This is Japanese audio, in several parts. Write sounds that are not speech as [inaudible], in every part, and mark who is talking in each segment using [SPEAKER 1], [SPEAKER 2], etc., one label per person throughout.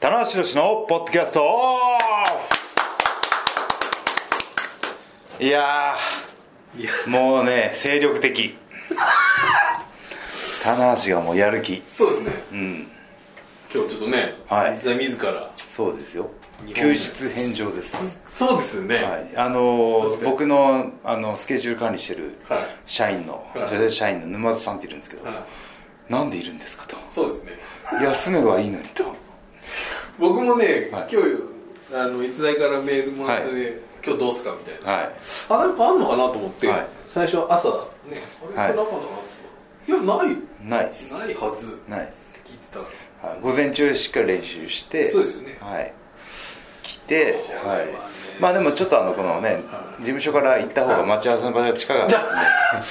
[SPEAKER 1] 田しのポッドキャストオフいや
[SPEAKER 2] いや
[SPEAKER 1] ーもうね精力
[SPEAKER 2] [laughs]
[SPEAKER 1] 的棚橋がもうやる気
[SPEAKER 2] そうですね
[SPEAKER 1] うん
[SPEAKER 2] 今日ちょっとね、
[SPEAKER 1] はい
[SPEAKER 2] 実際自ら
[SPEAKER 1] そうですよ
[SPEAKER 2] 日本
[SPEAKER 1] 休日返上です、
[SPEAKER 2] そうですよね、
[SPEAKER 1] はい、あの
[SPEAKER 2] 確か
[SPEAKER 1] ー
[SPEAKER 2] に
[SPEAKER 1] 僕のあのスケジュール管理してる
[SPEAKER 2] はい
[SPEAKER 1] 社員の、
[SPEAKER 2] は
[SPEAKER 1] 女
[SPEAKER 2] い
[SPEAKER 1] 性社員の沼津さんっているんですけど、
[SPEAKER 2] はい
[SPEAKER 1] なんでいるんですかと
[SPEAKER 2] そうですね
[SPEAKER 1] 休めばいいのにと
[SPEAKER 2] 僕もね、
[SPEAKER 1] はい
[SPEAKER 2] 今日あの逸材からメールもらって、ね
[SPEAKER 1] は
[SPEAKER 2] 今日どうすかみたいな、
[SPEAKER 1] はい
[SPEAKER 2] あなんかあんのかなと思って、
[SPEAKER 1] はい
[SPEAKER 2] 最初朝ねあ
[SPEAKER 1] はい
[SPEAKER 2] れこれなかったかな、い、やな
[SPEAKER 1] な
[SPEAKER 2] い
[SPEAKER 1] いです
[SPEAKER 2] ないはずって
[SPEAKER 1] ないです
[SPEAKER 2] 聞いてたら
[SPEAKER 1] はい、午前中しっかり練習して
[SPEAKER 2] そうですよね
[SPEAKER 1] はい来て、
[SPEAKER 2] これ
[SPEAKER 1] は
[SPEAKER 2] はね
[SPEAKER 1] い、まあでもちょっとあのこのね、事務所から行った方が待ち合わせの場所が近かったんで、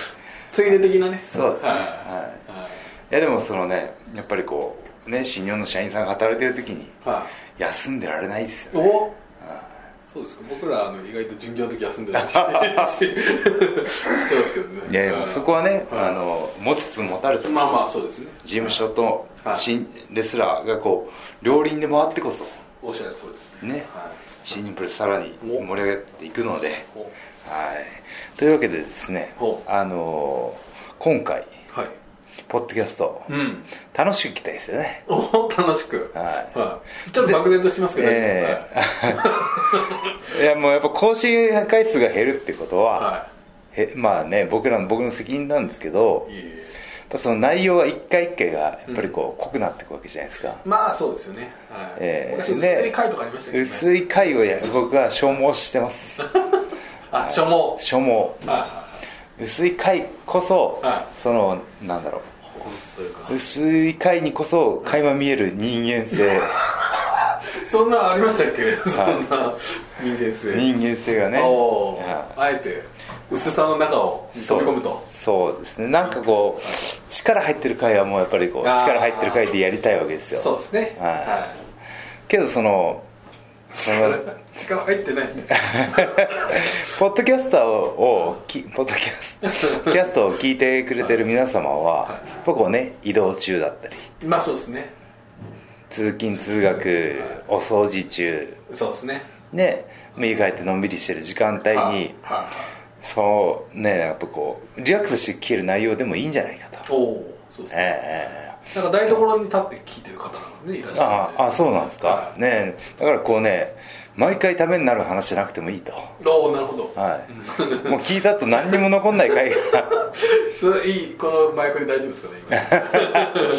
[SPEAKER 2] ついで的なね
[SPEAKER 1] そうですね
[SPEAKER 2] はい、
[SPEAKER 1] はい
[SPEAKER 2] はい
[SPEAKER 1] いやでもそのねやっぱりこうね新日本の社員さんが働いてる時に
[SPEAKER 2] はい
[SPEAKER 1] 休んでられないですよね
[SPEAKER 2] おそうですか僕らあの意外と巡業の時休んでたりし
[SPEAKER 1] [laughs]
[SPEAKER 2] てしてますけどね
[SPEAKER 1] いやいやそこはね、
[SPEAKER 2] はい
[SPEAKER 1] あの持ちつ持たれつ、
[SPEAKER 2] まあまあそうですね
[SPEAKER 1] 事務所と
[SPEAKER 2] はい
[SPEAKER 1] 新レスラーがこう両輪で回ってこそ
[SPEAKER 2] おっしゃる通りです
[SPEAKER 1] ね
[SPEAKER 2] は
[SPEAKER 1] 新日本プロレスさらに盛り上げていくので、
[SPEAKER 2] いお
[SPEAKER 1] はい、というわけでですね
[SPEAKER 2] ほ、う
[SPEAKER 1] あのー今回、
[SPEAKER 2] はい
[SPEAKER 1] ポッドキャスト、
[SPEAKER 2] うん
[SPEAKER 1] 楽しくいきたいですよね。
[SPEAKER 2] お楽しく
[SPEAKER 1] はい
[SPEAKER 2] ちょっと漠然としてますけど
[SPEAKER 1] ええ [laughs] いやもうやっぱ更新回数が減るってことは、
[SPEAKER 2] は
[SPEAKER 1] へまあね僕らの僕の責任なんですけど
[SPEAKER 2] い
[SPEAKER 1] やっ
[SPEAKER 2] いえいえ
[SPEAKER 1] ぱその内容が一回一回がやっぱりこう、濃くなっていくわけじゃないですか、
[SPEAKER 2] まあそうですよねはい
[SPEAKER 1] ええ
[SPEAKER 2] 昔薄い回とかありましたけどね
[SPEAKER 1] 薄い回をや僕は消耗してます
[SPEAKER 2] [laughs] あ所望
[SPEAKER 1] 消耗
[SPEAKER 2] はいはい
[SPEAKER 1] 薄い回こそ、
[SPEAKER 2] は
[SPEAKER 1] そのなんだろう
[SPEAKER 2] 本質というか
[SPEAKER 1] 薄い回にこそ垣間見える人間性
[SPEAKER 2] そんなのありましたっけそんな人間性
[SPEAKER 1] 人間性がね
[SPEAKER 2] お
[SPEAKER 1] は
[SPEAKER 2] ーあえて薄さの中を
[SPEAKER 1] い
[SPEAKER 2] 飛び込むと
[SPEAKER 1] そうそうですねなんかこう力入ってる回はもうやっぱりこう
[SPEAKER 2] あー
[SPEAKER 1] 力入ってる回でやりたいわけですよ
[SPEAKER 2] そうですね
[SPEAKER 1] はい
[SPEAKER 2] はい
[SPEAKER 1] けどそのその
[SPEAKER 2] [laughs] 力入ってない
[SPEAKER 1] ポッドキャスターをきポッドキャスキャストを聞いてくれてる皆様は僕をね移動中だったり
[SPEAKER 2] まあそうですね
[SPEAKER 1] 通勤通学お掃除中
[SPEAKER 2] そうですね
[SPEAKER 1] ね家帰ってのんびりしてる時間帯
[SPEAKER 2] は
[SPEAKER 1] に
[SPEAKER 2] は
[SPEAKER 1] そうねやっぱこうリラックスして聞ける内容でもいいんじゃないかと
[SPEAKER 2] おおそうですね
[SPEAKER 1] ええ
[SPEAKER 2] なんか台所に立って聞いてる方なのねいらっしゃ
[SPEAKER 1] あ
[SPEAKER 2] る
[SPEAKER 1] ああそうなんですか
[SPEAKER 2] はい
[SPEAKER 1] ねえだからこうね毎回ためになる話じゃなくてもいいと
[SPEAKER 2] おおなるほど
[SPEAKER 1] はいもう聞いた後何にも残んない
[SPEAKER 2] [laughs]
[SPEAKER 1] 回が
[SPEAKER 2] それいいこのマイクで大丈夫で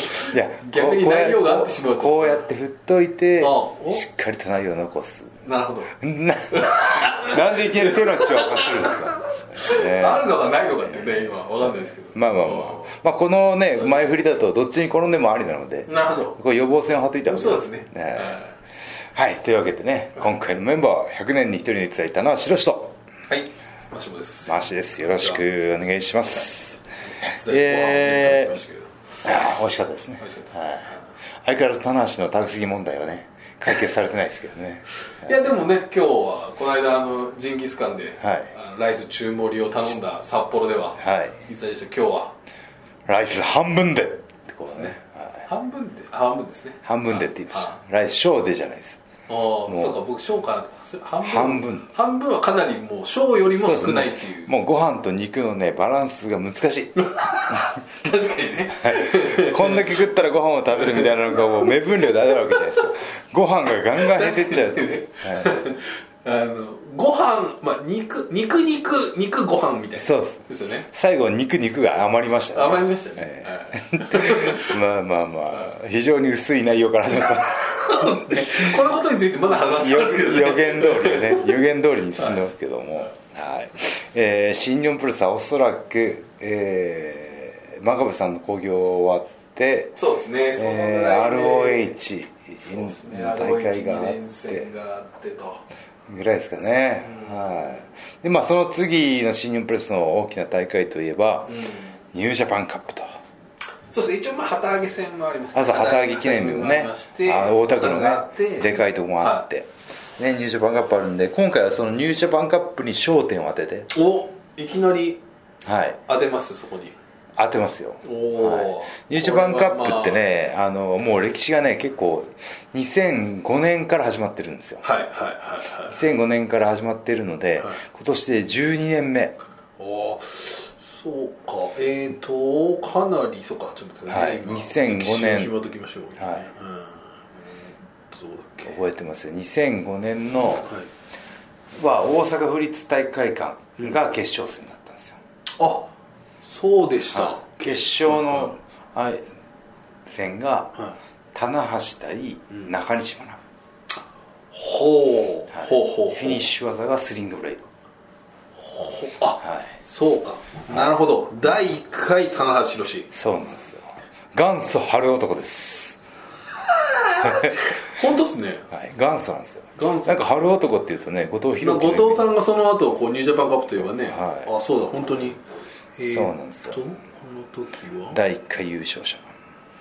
[SPEAKER 2] すかね
[SPEAKER 1] いや
[SPEAKER 2] 逆に
[SPEAKER 1] こうこうや
[SPEAKER 2] 内容があってしまうと
[SPEAKER 1] こうやって振っといて
[SPEAKER 2] ああお
[SPEAKER 1] しっかりと内容を残す
[SPEAKER 2] 今なるほど
[SPEAKER 1] ななんでいきなり手の血を走るんですかえ
[SPEAKER 2] あるのかないのかってね今わかんないですけど
[SPEAKER 1] まあまあまあ
[SPEAKER 2] お
[SPEAKER 1] まあこのね前振りだとどっちに転んでもありなので
[SPEAKER 2] ーなるほ
[SPEAKER 1] これ予防線を張っといた
[SPEAKER 2] ど
[SPEAKER 1] 方が
[SPEAKER 2] そうですね
[SPEAKER 1] ええ
[SPEAKER 2] は
[SPEAKER 1] はい、というわけでね、今回のメンバーは100年に1人にいただいたのは白石と
[SPEAKER 2] いはいマシモです
[SPEAKER 1] マーシです。よろしくお願いします。えー
[SPEAKER 2] ええー
[SPEAKER 1] あー美味しかったですね。
[SPEAKER 2] 美味しかったです
[SPEAKER 1] はい相変わらず棚橋の高すぎ問題はね、解決されてないですけどね。
[SPEAKER 2] いやでもね今日はこの間あのジンギスカンで、
[SPEAKER 1] はい
[SPEAKER 2] あのライス中盛りを頼んだ札幌では、
[SPEAKER 1] はい
[SPEAKER 2] い、つでした今日は
[SPEAKER 1] ライス半分でってことですね。
[SPEAKER 2] 半分で半分ですね
[SPEAKER 1] 半分でって言いました
[SPEAKER 2] あ。
[SPEAKER 1] ライス小でじゃないです。
[SPEAKER 2] あー
[SPEAKER 1] う
[SPEAKER 2] そうか僕小かなとそれ半分
[SPEAKER 1] 半分
[SPEAKER 2] 半分はかなりもう小よりも
[SPEAKER 1] そ
[SPEAKER 2] 少
[SPEAKER 1] う
[SPEAKER 2] ないっ
[SPEAKER 1] で
[SPEAKER 2] て
[SPEAKER 1] す
[SPEAKER 2] い
[SPEAKER 1] ね
[SPEAKER 2] う
[SPEAKER 1] もうご飯と肉のね、バランスが難しい。
[SPEAKER 2] [laughs] 確かにね、
[SPEAKER 1] こんだけ食ったらご飯を食べるみたいなのがもう目分量であるわけじゃないですか。ご飯がガンガン減ってっちゃう。はい
[SPEAKER 2] あのご飯、まあ、肉肉肉肉ご飯みたいな
[SPEAKER 1] そうです
[SPEAKER 2] ですよね
[SPEAKER 1] 最後肉肉が余りましたね
[SPEAKER 2] 余りましたね、
[SPEAKER 1] ええ
[SPEAKER 2] はい
[SPEAKER 1] まあまあまあ非常に薄い内容から始まった
[SPEAKER 2] そうですねこのことについてまだ話し
[SPEAKER 1] 予
[SPEAKER 2] ますけどね
[SPEAKER 1] 予言通り
[SPEAKER 2] [laughs]
[SPEAKER 1] ね予言通りに進んでますけども、はいえー新日本プロレスはおそらく、えー、真壁さんの興行終わって、
[SPEAKER 2] そうですねそのぐ
[SPEAKER 1] え
[SPEAKER 2] らいで
[SPEAKER 1] ー ROH
[SPEAKER 2] そうですね
[SPEAKER 1] の大会があっ
[SPEAKER 2] 連
[SPEAKER 1] て
[SPEAKER 2] 戦があってと
[SPEAKER 1] ぐらいですかね、はいでまあ、その次の新日本プロレスの大きな大会といえば、ニュージャパンカップと。
[SPEAKER 2] そして一応まあ旗揚げ戦もあります
[SPEAKER 1] 朝旗揚げ記念日もね
[SPEAKER 2] 旗揚げもありまして
[SPEAKER 1] あ大田区の
[SPEAKER 2] 旗があって
[SPEAKER 1] ねでかいとこもあって、ね、ニュージャパンカップあるんで今回はそのニュージャパンカップに焦点を当てて
[SPEAKER 2] おいきなり
[SPEAKER 1] はい
[SPEAKER 2] 当てますそこに
[SPEAKER 1] 当てますよ
[SPEAKER 2] おお
[SPEAKER 1] ニュージャパンカップってね、あ、のもう歴史がね結構2005年から始まってるんですよ
[SPEAKER 2] はいはいはいはい
[SPEAKER 1] 2005年から始まってるので、
[SPEAKER 2] はい
[SPEAKER 1] 今年で12年目
[SPEAKER 2] おーそうかえーとかなりそうかちょっと待ってくださ
[SPEAKER 1] はい2005
[SPEAKER 2] 今歴史を
[SPEAKER 1] 年
[SPEAKER 2] 紐解きましょう
[SPEAKER 1] はい
[SPEAKER 2] うんどうだっけ
[SPEAKER 1] 覚えてますよ2005年の
[SPEAKER 2] はい
[SPEAKER 1] は大阪府立体育会館が決勝戦だったんですよ、
[SPEAKER 2] あそうでした、
[SPEAKER 1] はい決勝のあ戦が
[SPEAKER 2] は
[SPEAKER 1] 棚橋対中西学、
[SPEAKER 2] い、ほう、
[SPEAKER 1] はい
[SPEAKER 2] ほうほうほう
[SPEAKER 1] フィニッシュ技がスリングブレイド
[SPEAKER 2] あ、
[SPEAKER 1] はい
[SPEAKER 2] そうか、なるほど第1回棚橋宏
[SPEAKER 1] そうなんですよ元祖春男です、
[SPEAKER 2] 本当っすね
[SPEAKER 1] はい、元祖なんですよ
[SPEAKER 2] 元祖
[SPEAKER 1] なんか春男っていうとね後藤
[SPEAKER 2] まあ
[SPEAKER 1] 弘樹のイメージ
[SPEAKER 2] 後藤さんがその後こうニュージャパンカップといえばね、
[SPEAKER 1] はい
[SPEAKER 2] あそうだ本当にえーっと
[SPEAKER 1] そうなんですよ
[SPEAKER 2] この時は
[SPEAKER 1] 第1回優勝者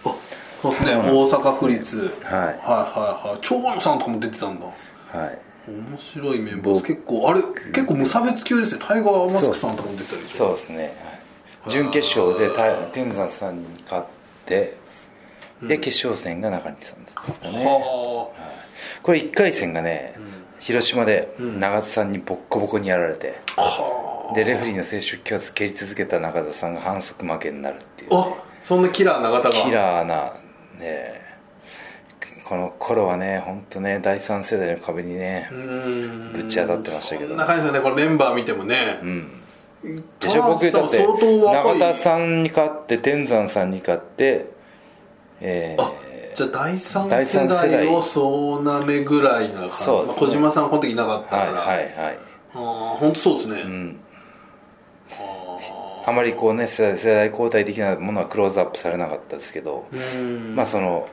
[SPEAKER 2] あそうですね大阪府立、
[SPEAKER 1] はい
[SPEAKER 2] はいはいはい長野さんとかも出てたんだ
[SPEAKER 1] はい
[SPEAKER 2] 面白いメンバーです結構あれ結構無差別級ですねタイガーマスクさんとかも出てたでしょ
[SPEAKER 1] そうですね、はい準決勝でた天山さんに勝ってで決勝戦が中西さんですかね、
[SPEAKER 2] は
[SPEAKER 1] これ1回戦がね、広島で長田さんにボッコボコにやられて、
[SPEAKER 2] あはあ
[SPEAKER 1] でレフェリーの接触拒否蹴り続けた中田さんが反則負けになるっていう
[SPEAKER 2] あそんなキラー永田が
[SPEAKER 1] キラーなねこの頃はね本当ね第3世代の壁にね
[SPEAKER 2] うーん
[SPEAKER 1] ぶち当たってましたけど
[SPEAKER 2] そんな感じですよねこれメンバー見てもね
[SPEAKER 1] うんで
[SPEAKER 2] で
[SPEAKER 1] しょ僕だって
[SPEAKER 2] 相当若
[SPEAKER 1] 中
[SPEAKER 2] い
[SPEAKER 1] 田さんに勝って天山さんに勝ってえー
[SPEAKER 2] あじゃあ第三
[SPEAKER 1] 第三
[SPEAKER 2] 世
[SPEAKER 1] 世代
[SPEAKER 2] 代を総なめぐらいな感じ、
[SPEAKER 1] そうですね
[SPEAKER 2] まあ、小島さんこの時いなかったから、
[SPEAKER 1] はいはいはい
[SPEAKER 2] ああ本当そうですね、
[SPEAKER 1] ん
[SPEAKER 2] あ
[SPEAKER 1] あまりこうね世代世代交代的なものはクローズアップされなかったですけど
[SPEAKER 2] ーうーん
[SPEAKER 1] まあその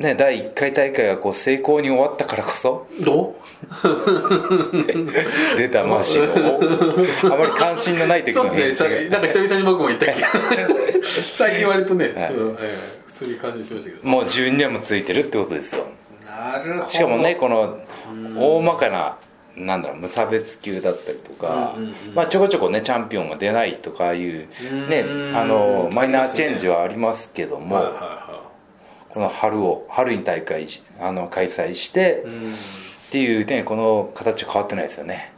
[SPEAKER 1] ね第1回大会がこう成功に終わったからこそ
[SPEAKER 2] ど
[SPEAKER 1] 出たマ
[SPEAKER 2] [laughs]
[SPEAKER 1] シンをあまり関心のないう時
[SPEAKER 2] そ
[SPEAKER 1] の
[SPEAKER 2] うで
[SPEAKER 1] 返事
[SPEAKER 2] す
[SPEAKER 1] が、
[SPEAKER 2] ねなんか久々に僕も言った
[SPEAKER 1] [laughs]
[SPEAKER 2] 気が最近割とね、
[SPEAKER 1] い
[SPEAKER 2] うんええそういう感じしましたけど
[SPEAKER 1] もう12年もついてるってことですよ
[SPEAKER 2] なるほど
[SPEAKER 1] しかもねこの大まかななんだろう無差別級だったりとか、まあ、ちょこちょこねチャンピオンが出ないとかいうね
[SPEAKER 2] うん
[SPEAKER 1] あのマイナーチェンジはありますけども、
[SPEAKER 2] はいはいは
[SPEAKER 1] この春を春に大会しあの開催して
[SPEAKER 2] いう
[SPEAKER 1] っ
[SPEAKER 2] ん
[SPEAKER 1] ていうねこの形は変わってないですよね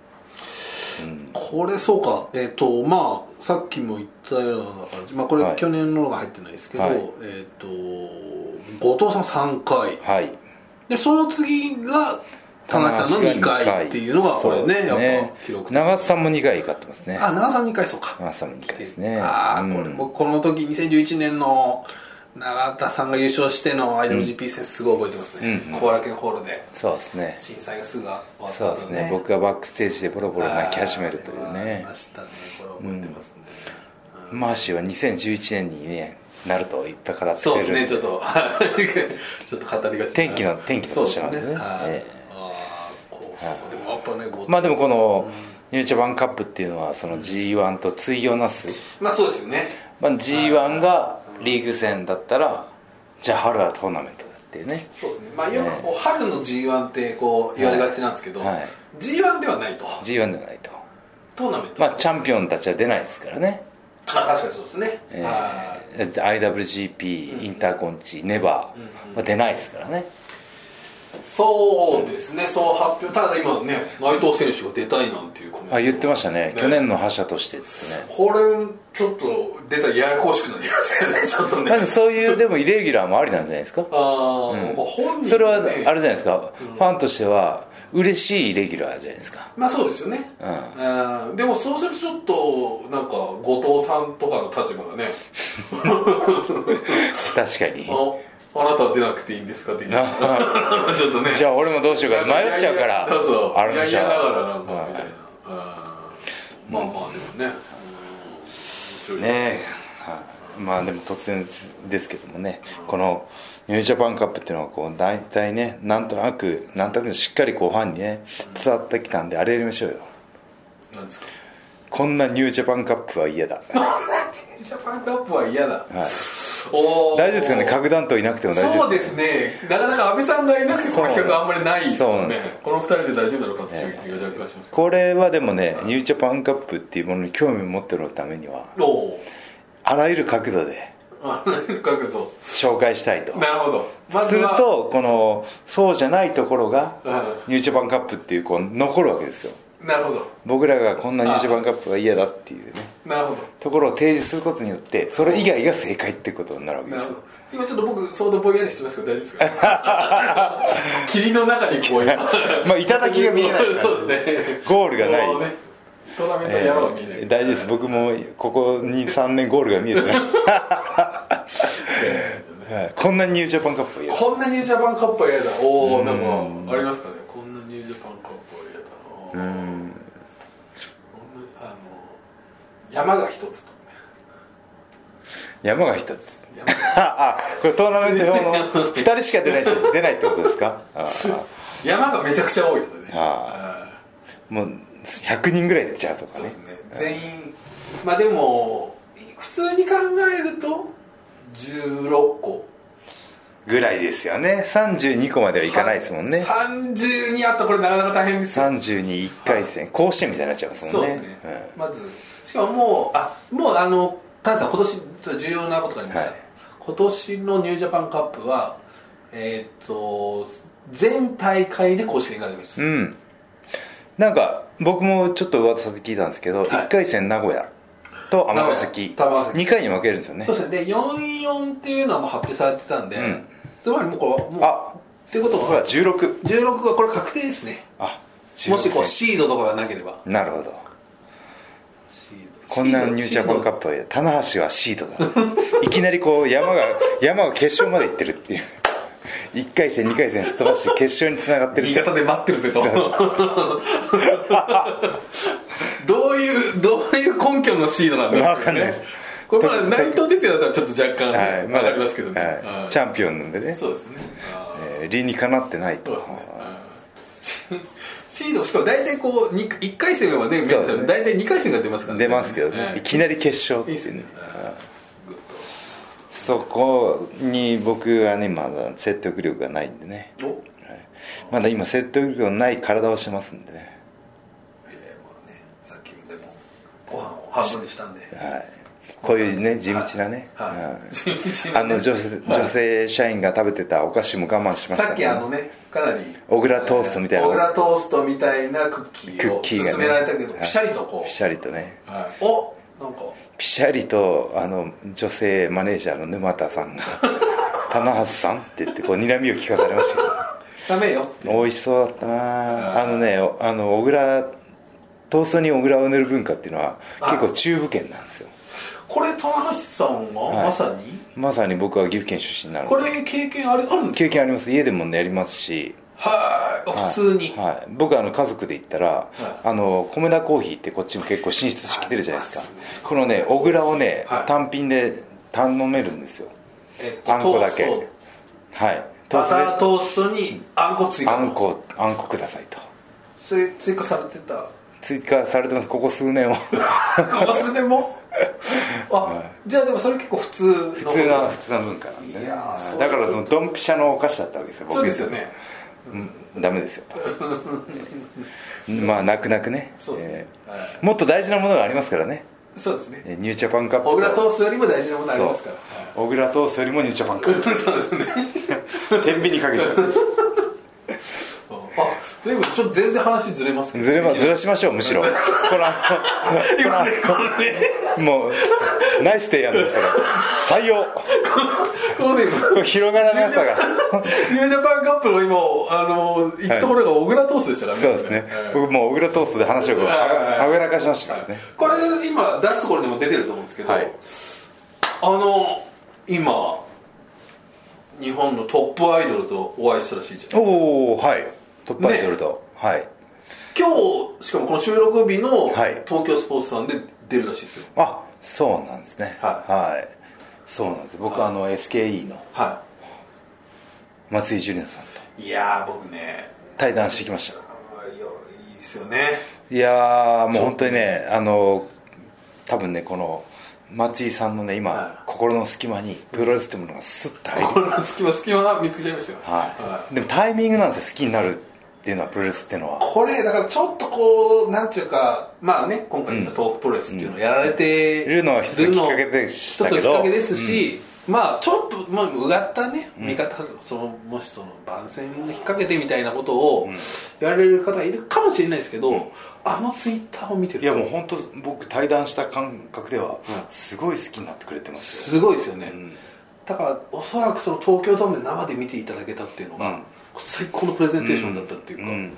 [SPEAKER 2] これそうかえっ、とまあさっきも言ったような感じまあこれ、
[SPEAKER 1] はい
[SPEAKER 2] 去年のが入ってないですけど、
[SPEAKER 1] はい
[SPEAKER 2] えっ、と後藤さん3回
[SPEAKER 1] はい
[SPEAKER 2] でその次が田中さんの2回っていうのがこれね
[SPEAKER 1] そうです
[SPEAKER 2] やっぱ記録的
[SPEAKER 1] 長瀬さんも2回勝ってますね
[SPEAKER 2] あ長田さん2回そうか
[SPEAKER 1] 長瀬さんも2回ですね
[SPEAKER 2] ああ、
[SPEAKER 1] うん
[SPEAKER 2] これ僕この時2011年の永田さんが優勝しての IWGP 戦すごい覚えてますね
[SPEAKER 1] うん
[SPEAKER 2] 後、楽園ホールで
[SPEAKER 1] そうですね
[SPEAKER 2] 震災がすぐ終わった
[SPEAKER 1] そう
[SPEAKER 2] 後、
[SPEAKER 1] で
[SPEAKER 2] ね、
[SPEAKER 1] すね僕がバックステージでボロボロ泣き始めるという
[SPEAKER 2] あーあり
[SPEAKER 1] ね
[SPEAKER 2] ましたねこれ覚えてますね、
[SPEAKER 1] マーシーは2011年にねなるといっぱい語ってく
[SPEAKER 2] そう
[SPEAKER 1] れ
[SPEAKER 2] で
[SPEAKER 1] る
[SPEAKER 2] す
[SPEAKER 1] んで
[SPEAKER 2] ね、ちょっと、 [laughs] ちょっと語りがちな
[SPEAKER 1] 天気の天気の年なんですね
[SPEAKER 2] そうはい
[SPEAKER 1] え
[SPEAKER 2] あーこうそうかでもやっぱね、こう
[SPEAKER 1] まあでもこのニュージャパンカップっていうのはその G1 と対応なす、
[SPEAKER 2] まあそうですよね。
[SPEAKER 1] まあ、G1 がリーグ戦だったらじゃあ春はトーナメントだっていうね
[SPEAKER 2] そうですね。まあよくこう春の G1 ってこう言われがちなんですけど、
[SPEAKER 1] はいはい
[SPEAKER 2] G1 ではないと。
[SPEAKER 1] G1 じゃないと
[SPEAKER 2] トーナメント。
[SPEAKER 1] まあチャンピオンたちは出ないですからね、
[SPEAKER 2] あ確かにそうですね。
[SPEAKER 1] え
[SPEAKER 2] は
[SPEAKER 1] ー
[SPEAKER 2] い
[SPEAKER 1] IWGP インターコンチネバーは出ないですからね
[SPEAKER 2] そうですね。そう発表。ただ今ね、内藤選手が出たいなんていうコメント。
[SPEAKER 1] あ言ってましたね去年の覇者としてですね
[SPEAKER 2] これちょっと出たらややこしくなりますよね。 [laughs] ちょっとね。
[SPEAKER 1] なんでそういうでもイレギュラーもありなんじゃないですか
[SPEAKER 2] ああ、まあ本人、ね、
[SPEAKER 1] それはあれじゃないですか、ファンとしては嬉しいイレギュラーじゃないですか
[SPEAKER 2] まあそうですよね、うんでもそうするとちょっとなんか後藤さんとかの立場がね
[SPEAKER 1] 確かに
[SPEAKER 2] ああなたは出なくていいんですかっ
[SPEAKER 1] [laughs]
[SPEAKER 2] ていうちょっとね
[SPEAKER 1] じゃあ俺もどうしようか迷っちゃうから
[SPEAKER 2] そうそう
[SPEAKER 1] ある
[SPEAKER 2] いや
[SPEAKER 1] で
[SPEAKER 2] い
[SPEAKER 1] しょ
[SPEAKER 2] やだからなんか
[SPEAKER 1] はい
[SPEAKER 2] みたいな、うんまあまあでもね、うん、面白い
[SPEAKER 1] ねえ、はいまあでも突然ですけどもねこのニュージャパンカップっていうのはこう大体ねなんとなくなんとなくしっかりこうファンにね伝わってきたんであれやりましょうよ
[SPEAKER 2] なんですか
[SPEAKER 1] こんなニュージャパンカップは嫌だ
[SPEAKER 2] ジャパンカップは嫌だ、おー
[SPEAKER 1] 大丈夫ですかね核弾頭いなくても大丈
[SPEAKER 2] そ
[SPEAKER 1] 夫
[SPEAKER 2] うですねなかなか安倍さんがいなくてこの企画あんまりないです
[SPEAKER 1] そうな
[SPEAKER 2] よ
[SPEAKER 1] んで
[SPEAKER 2] ね
[SPEAKER 1] すよ
[SPEAKER 2] この二人で大丈夫なのかっていう気が若干しますけ
[SPEAKER 1] これはでもねニュージャパンカップっていうものに興味を持ってるためには
[SPEAKER 2] どおー
[SPEAKER 1] あらゆる角度で
[SPEAKER 2] あ [laughs] る角度
[SPEAKER 1] 紹介したいと
[SPEAKER 2] なるほどますず
[SPEAKER 1] る
[SPEAKER 2] は
[SPEAKER 1] とこのそうじゃないところが
[SPEAKER 2] うん
[SPEAKER 1] ニュージャパンカップっていうこう残るわけですよ
[SPEAKER 2] なるほど
[SPEAKER 1] 僕らがこんなニュージャパンカップが嫌だっていうね
[SPEAKER 2] なるほど
[SPEAKER 1] ところを提示することによってそれ以外が正解ってことになるわけ
[SPEAKER 2] な
[SPEAKER 1] で
[SPEAKER 2] る
[SPEAKER 1] す
[SPEAKER 2] ほ
[SPEAKER 1] よ
[SPEAKER 2] ど今ちょっと僕相当ぼんやりしてますけど大丈夫ですか
[SPEAKER 1] [laughs]
[SPEAKER 2] 霧の中にこう今
[SPEAKER 1] まあ [laughs] 頂が見えない
[SPEAKER 2] [laughs]
[SPEAKER 1] から
[SPEAKER 2] そうですね
[SPEAKER 1] ゴールがない
[SPEAKER 2] こうねトーナメントの
[SPEAKER 1] え
[SPEAKER 2] 山が見えない、
[SPEAKER 1] ー大事です僕もここ23年ゴールが見えてない [laughs]
[SPEAKER 2] [laughs]
[SPEAKER 1] はいこんなニュージャパンカップは嫌だ
[SPEAKER 2] こんなニュージャパンカップは嫌だおおなんかありますかねこんなニュージャパンカップは嫌だなこんなあの山が一つとかね
[SPEAKER 1] 山が一つ [laughs]
[SPEAKER 2] 山が
[SPEAKER 1] あこれトーナメント表の2人しか出ないし出ないってことですかあー
[SPEAKER 2] 山がめちゃくちゃ多いとかね
[SPEAKER 1] あ
[SPEAKER 2] あ
[SPEAKER 1] もう100人ぐらい出ちゃうと
[SPEAKER 2] ー
[SPEAKER 1] か
[SPEAKER 2] そう
[SPEAKER 1] ね
[SPEAKER 2] ですね全員まあでも普通に考えると16個
[SPEAKER 1] ぐらいですよね32個まではいかないですもんね
[SPEAKER 2] 32あったらこれなかなか大変ですよ
[SPEAKER 1] 321回戦甲子園みたいになっちゃいます
[SPEAKER 2] そ
[SPEAKER 1] も
[SPEAKER 2] うんで
[SPEAKER 1] ね
[SPEAKER 2] すね、まずしかももうあもうあの田辺さん今年ちょっと重要なことがありました、
[SPEAKER 1] はい
[SPEAKER 2] 今年のニュージャパンカップはえーっと全大会で公式になります、
[SPEAKER 1] うん、うんなんか僕もちょっと噂で聞いたんですけど、一
[SPEAKER 2] はい
[SPEAKER 1] 1回戦名古屋と尼崎
[SPEAKER 2] 名古屋尼崎
[SPEAKER 1] 2回に分けるんですよね
[SPEAKER 2] そうですねで44っていうのはもう発表されてたんで、
[SPEAKER 1] ん
[SPEAKER 2] つまりもうこれはもう
[SPEAKER 1] あ
[SPEAKER 2] っていうこと
[SPEAKER 1] ほら
[SPEAKER 2] は
[SPEAKER 1] 16
[SPEAKER 2] 16がこれ確定ですね
[SPEAKER 1] あ16
[SPEAKER 2] もしこうシードとかがなければ
[SPEAKER 1] なるほど
[SPEAKER 2] シード
[SPEAKER 1] こんなニュージャパンカップは棚橋はシードだいきなりこう山が山が決勝まで行ってるっていう1回戦2回戦すっ飛ばして決勝につながってるっ
[SPEAKER 2] 新
[SPEAKER 1] て
[SPEAKER 2] 潟で待ってる
[SPEAKER 1] [laughs]
[SPEAKER 2] ぜとどういうどういう根拠のシードなんだ
[SPEAKER 1] わかんないです
[SPEAKER 2] これまだ内藤哲也だったらちょっと若干、
[SPEAKER 1] はい、
[SPEAKER 2] わかりますけどね、
[SPEAKER 1] はい
[SPEAKER 2] はい
[SPEAKER 1] チャンピオンなんでね、
[SPEAKER 2] そうですねあー
[SPEAKER 1] えー理にかなってないと、
[SPEAKER 2] そうですねうんシードしかも大体こうに1回戦はね
[SPEAKER 1] そうですね
[SPEAKER 2] 大体2回戦が出ますからね
[SPEAKER 1] 出ますけどね、
[SPEAKER 2] はい
[SPEAKER 1] い、きなり決勝
[SPEAKER 2] い
[SPEAKER 1] っ
[SPEAKER 2] いです
[SPEAKER 1] て
[SPEAKER 2] よ
[SPEAKER 1] ね
[SPEAKER 2] ねうんグッと
[SPEAKER 1] そこに僕はねまだ説得力がないんでね、
[SPEAKER 2] おい
[SPEAKER 1] はいまだ今説得力のない体をしてますんでね、
[SPEAKER 2] やもうねさっきでもご飯を半分にしたんで
[SPEAKER 1] はい、こういうね地道な
[SPEAKER 2] [laughs]
[SPEAKER 1] ね、
[SPEAKER 2] はい
[SPEAKER 1] はい
[SPEAKER 2] 地道な
[SPEAKER 1] あ
[SPEAKER 2] ね
[SPEAKER 1] の女性女性社員が食べてたお菓子も我慢しました
[SPEAKER 2] さっきあのねかなり
[SPEAKER 1] 小倉トーストみたいな
[SPEAKER 2] 小倉トーストみたいなクッキ
[SPEAKER 1] ク
[SPEAKER 2] ー
[SPEAKER 1] ッ
[SPEAKER 2] を
[SPEAKER 1] キーが、ね、
[SPEAKER 2] 勧められたけど、
[SPEAKER 1] はい
[SPEAKER 2] ピシャリとこ
[SPEAKER 1] ピ
[SPEAKER 2] う
[SPEAKER 1] シャリとね
[SPEAKER 2] はいおなんか
[SPEAKER 1] ピシャリとあの女性マネージャーの沼田さんが [laughs] 「棚橋さん?」って言ってこう睨みを聞かされました
[SPEAKER 2] ダメよって
[SPEAKER 1] けど美味しそうだったなあのねおあの小倉闘争に小倉を塗る文化っていうのは結構中部圏なんですよ
[SPEAKER 2] これ棚橋さんはまさに
[SPEAKER 1] まさに僕は岐阜県出身なの
[SPEAKER 2] こ
[SPEAKER 1] で
[SPEAKER 2] れ経験あるあるんです
[SPEAKER 1] 経験あります家でもねやりますし
[SPEAKER 2] はいあ普通に
[SPEAKER 1] はい、僕あの家族で行ったら、
[SPEAKER 2] い
[SPEAKER 1] あの米田コーヒーってこっちも結構進出してきてるじゃないですか
[SPEAKER 2] ありますね
[SPEAKER 1] このね小倉をね、
[SPEAKER 2] はい
[SPEAKER 1] 単品で頼めるんですよ
[SPEAKER 2] えっと
[SPEAKER 1] あんこだけ
[SPEAKER 2] トースト
[SPEAKER 1] はい
[SPEAKER 2] バタ
[SPEAKER 1] で
[SPEAKER 2] ートーストにあんこ追加
[SPEAKER 1] あんこあんこくださいと
[SPEAKER 2] それ追加されてた
[SPEAKER 1] 追加されてますここ数年は
[SPEAKER 2] ここ数でも
[SPEAKER 1] [laughs]
[SPEAKER 2] あじゃあでもそれ結構普通の
[SPEAKER 1] 普通な普通な文化なんでね
[SPEAKER 2] いやーそう
[SPEAKER 1] だからそのドンピシャのお菓子だったわけですよ
[SPEAKER 2] そうですよね
[SPEAKER 1] 僕ダメ
[SPEAKER 2] [laughs]
[SPEAKER 1] ですよまあ泣く泣くね
[SPEAKER 2] そうですねはい
[SPEAKER 1] ーもっと大事なものがありますからね
[SPEAKER 2] そうですね
[SPEAKER 1] えニュージャパンカップと
[SPEAKER 2] 小倉トーストよりも大事なものあり
[SPEAKER 1] そう
[SPEAKER 2] ますからはい
[SPEAKER 1] 小倉トーストよりもニュージャパンカップそうですね天秤にかけちゃう
[SPEAKER 2] あ、でもちょっと全然話ずれますけど。
[SPEAKER 1] ずれまずらしましょうむしろこの
[SPEAKER 2] 今ね、このね、
[SPEAKER 1] もうナイス提案ですから採用
[SPEAKER 2] このね、今
[SPEAKER 1] これ広がらなさが
[SPEAKER 2] ニュージャパンカップの今、あの、行くところが小倉トーストでしたからね。
[SPEAKER 1] そうですね
[SPEAKER 2] はい
[SPEAKER 1] 僕もう小倉トーストで話をこうは
[SPEAKER 2] はい
[SPEAKER 1] はぐらかしましたからね
[SPEAKER 2] これ今出すところにも出てると思うんですけど、
[SPEAKER 1] はい
[SPEAKER 2] あの、今、日本のトップアイドルとお会いしたらしいじゃん。
[SPEAKER 1] おおはいトップアイドルとはい
[SPEAKER 2] 今日、しかもこの収録日の
[SPEAKER 1] はい
[SPEAKER 2] 東京スポーツさんで出るらしいですよ。
[SPEAKER 1] あそうなんですね
[SPEAKER 2] は
[SPEAKER 1] はいそうなんです僕あの SKE の
[SPEAKER 2] は
[SPEAKER 1] 松井ジュリアさんと
[SPEAKER 2] い。いやー、僕ね、
[SPEAKER 1] 対談してきました
[SPEAKER 2] あーいやいいですよね。
[SPEAKER 1] いやーもう本当にねあの多分ねこの松井さんのね今、
[SPEAKER 2] はい
[SPEAKER 1] 心の隙間にプロレスってものがスッと入る
[SPEAKER 2] この隙間隙間見つけちゃいましたよ
[SPEAKER 1] はい、でもタイミングなんですよ好きになるっっていうのはプロレスっていうのは
[SPEAKER 2] これだからちょっとこうなんていうかまあね今回の東北プロレスっていうのをやられて
[SPEAKER 1] うんいるのは一つきっかけでしたけど
[SPEAKER 2] 一つのきっかけですし、まあちょっと、まあ、うがったね見方、そのもしその番宣を引っ掛けてみたいなことをやられる方いるかもしれないですけど、あのツイッターを見てる
[SPEAKER 1] い
[SPEAKER 2] と
[SPEAKER 1] やもう本当僕対談した感覚では
[SPEAKER 2] うん
[SPEAKER 1] すごい好きになってくれてますよ
[SPEAKER 2] すごいですよね、
[SPEAKER 1] うん
[SPEAKER 2] だからおそらくその東京ドームで生で見ていただけたっていうのが、
[SPEAKER 1] うん
[SPEAKER 2] 最高のプレゼンテーションだったっていうか、
[SPEAKER 1] んん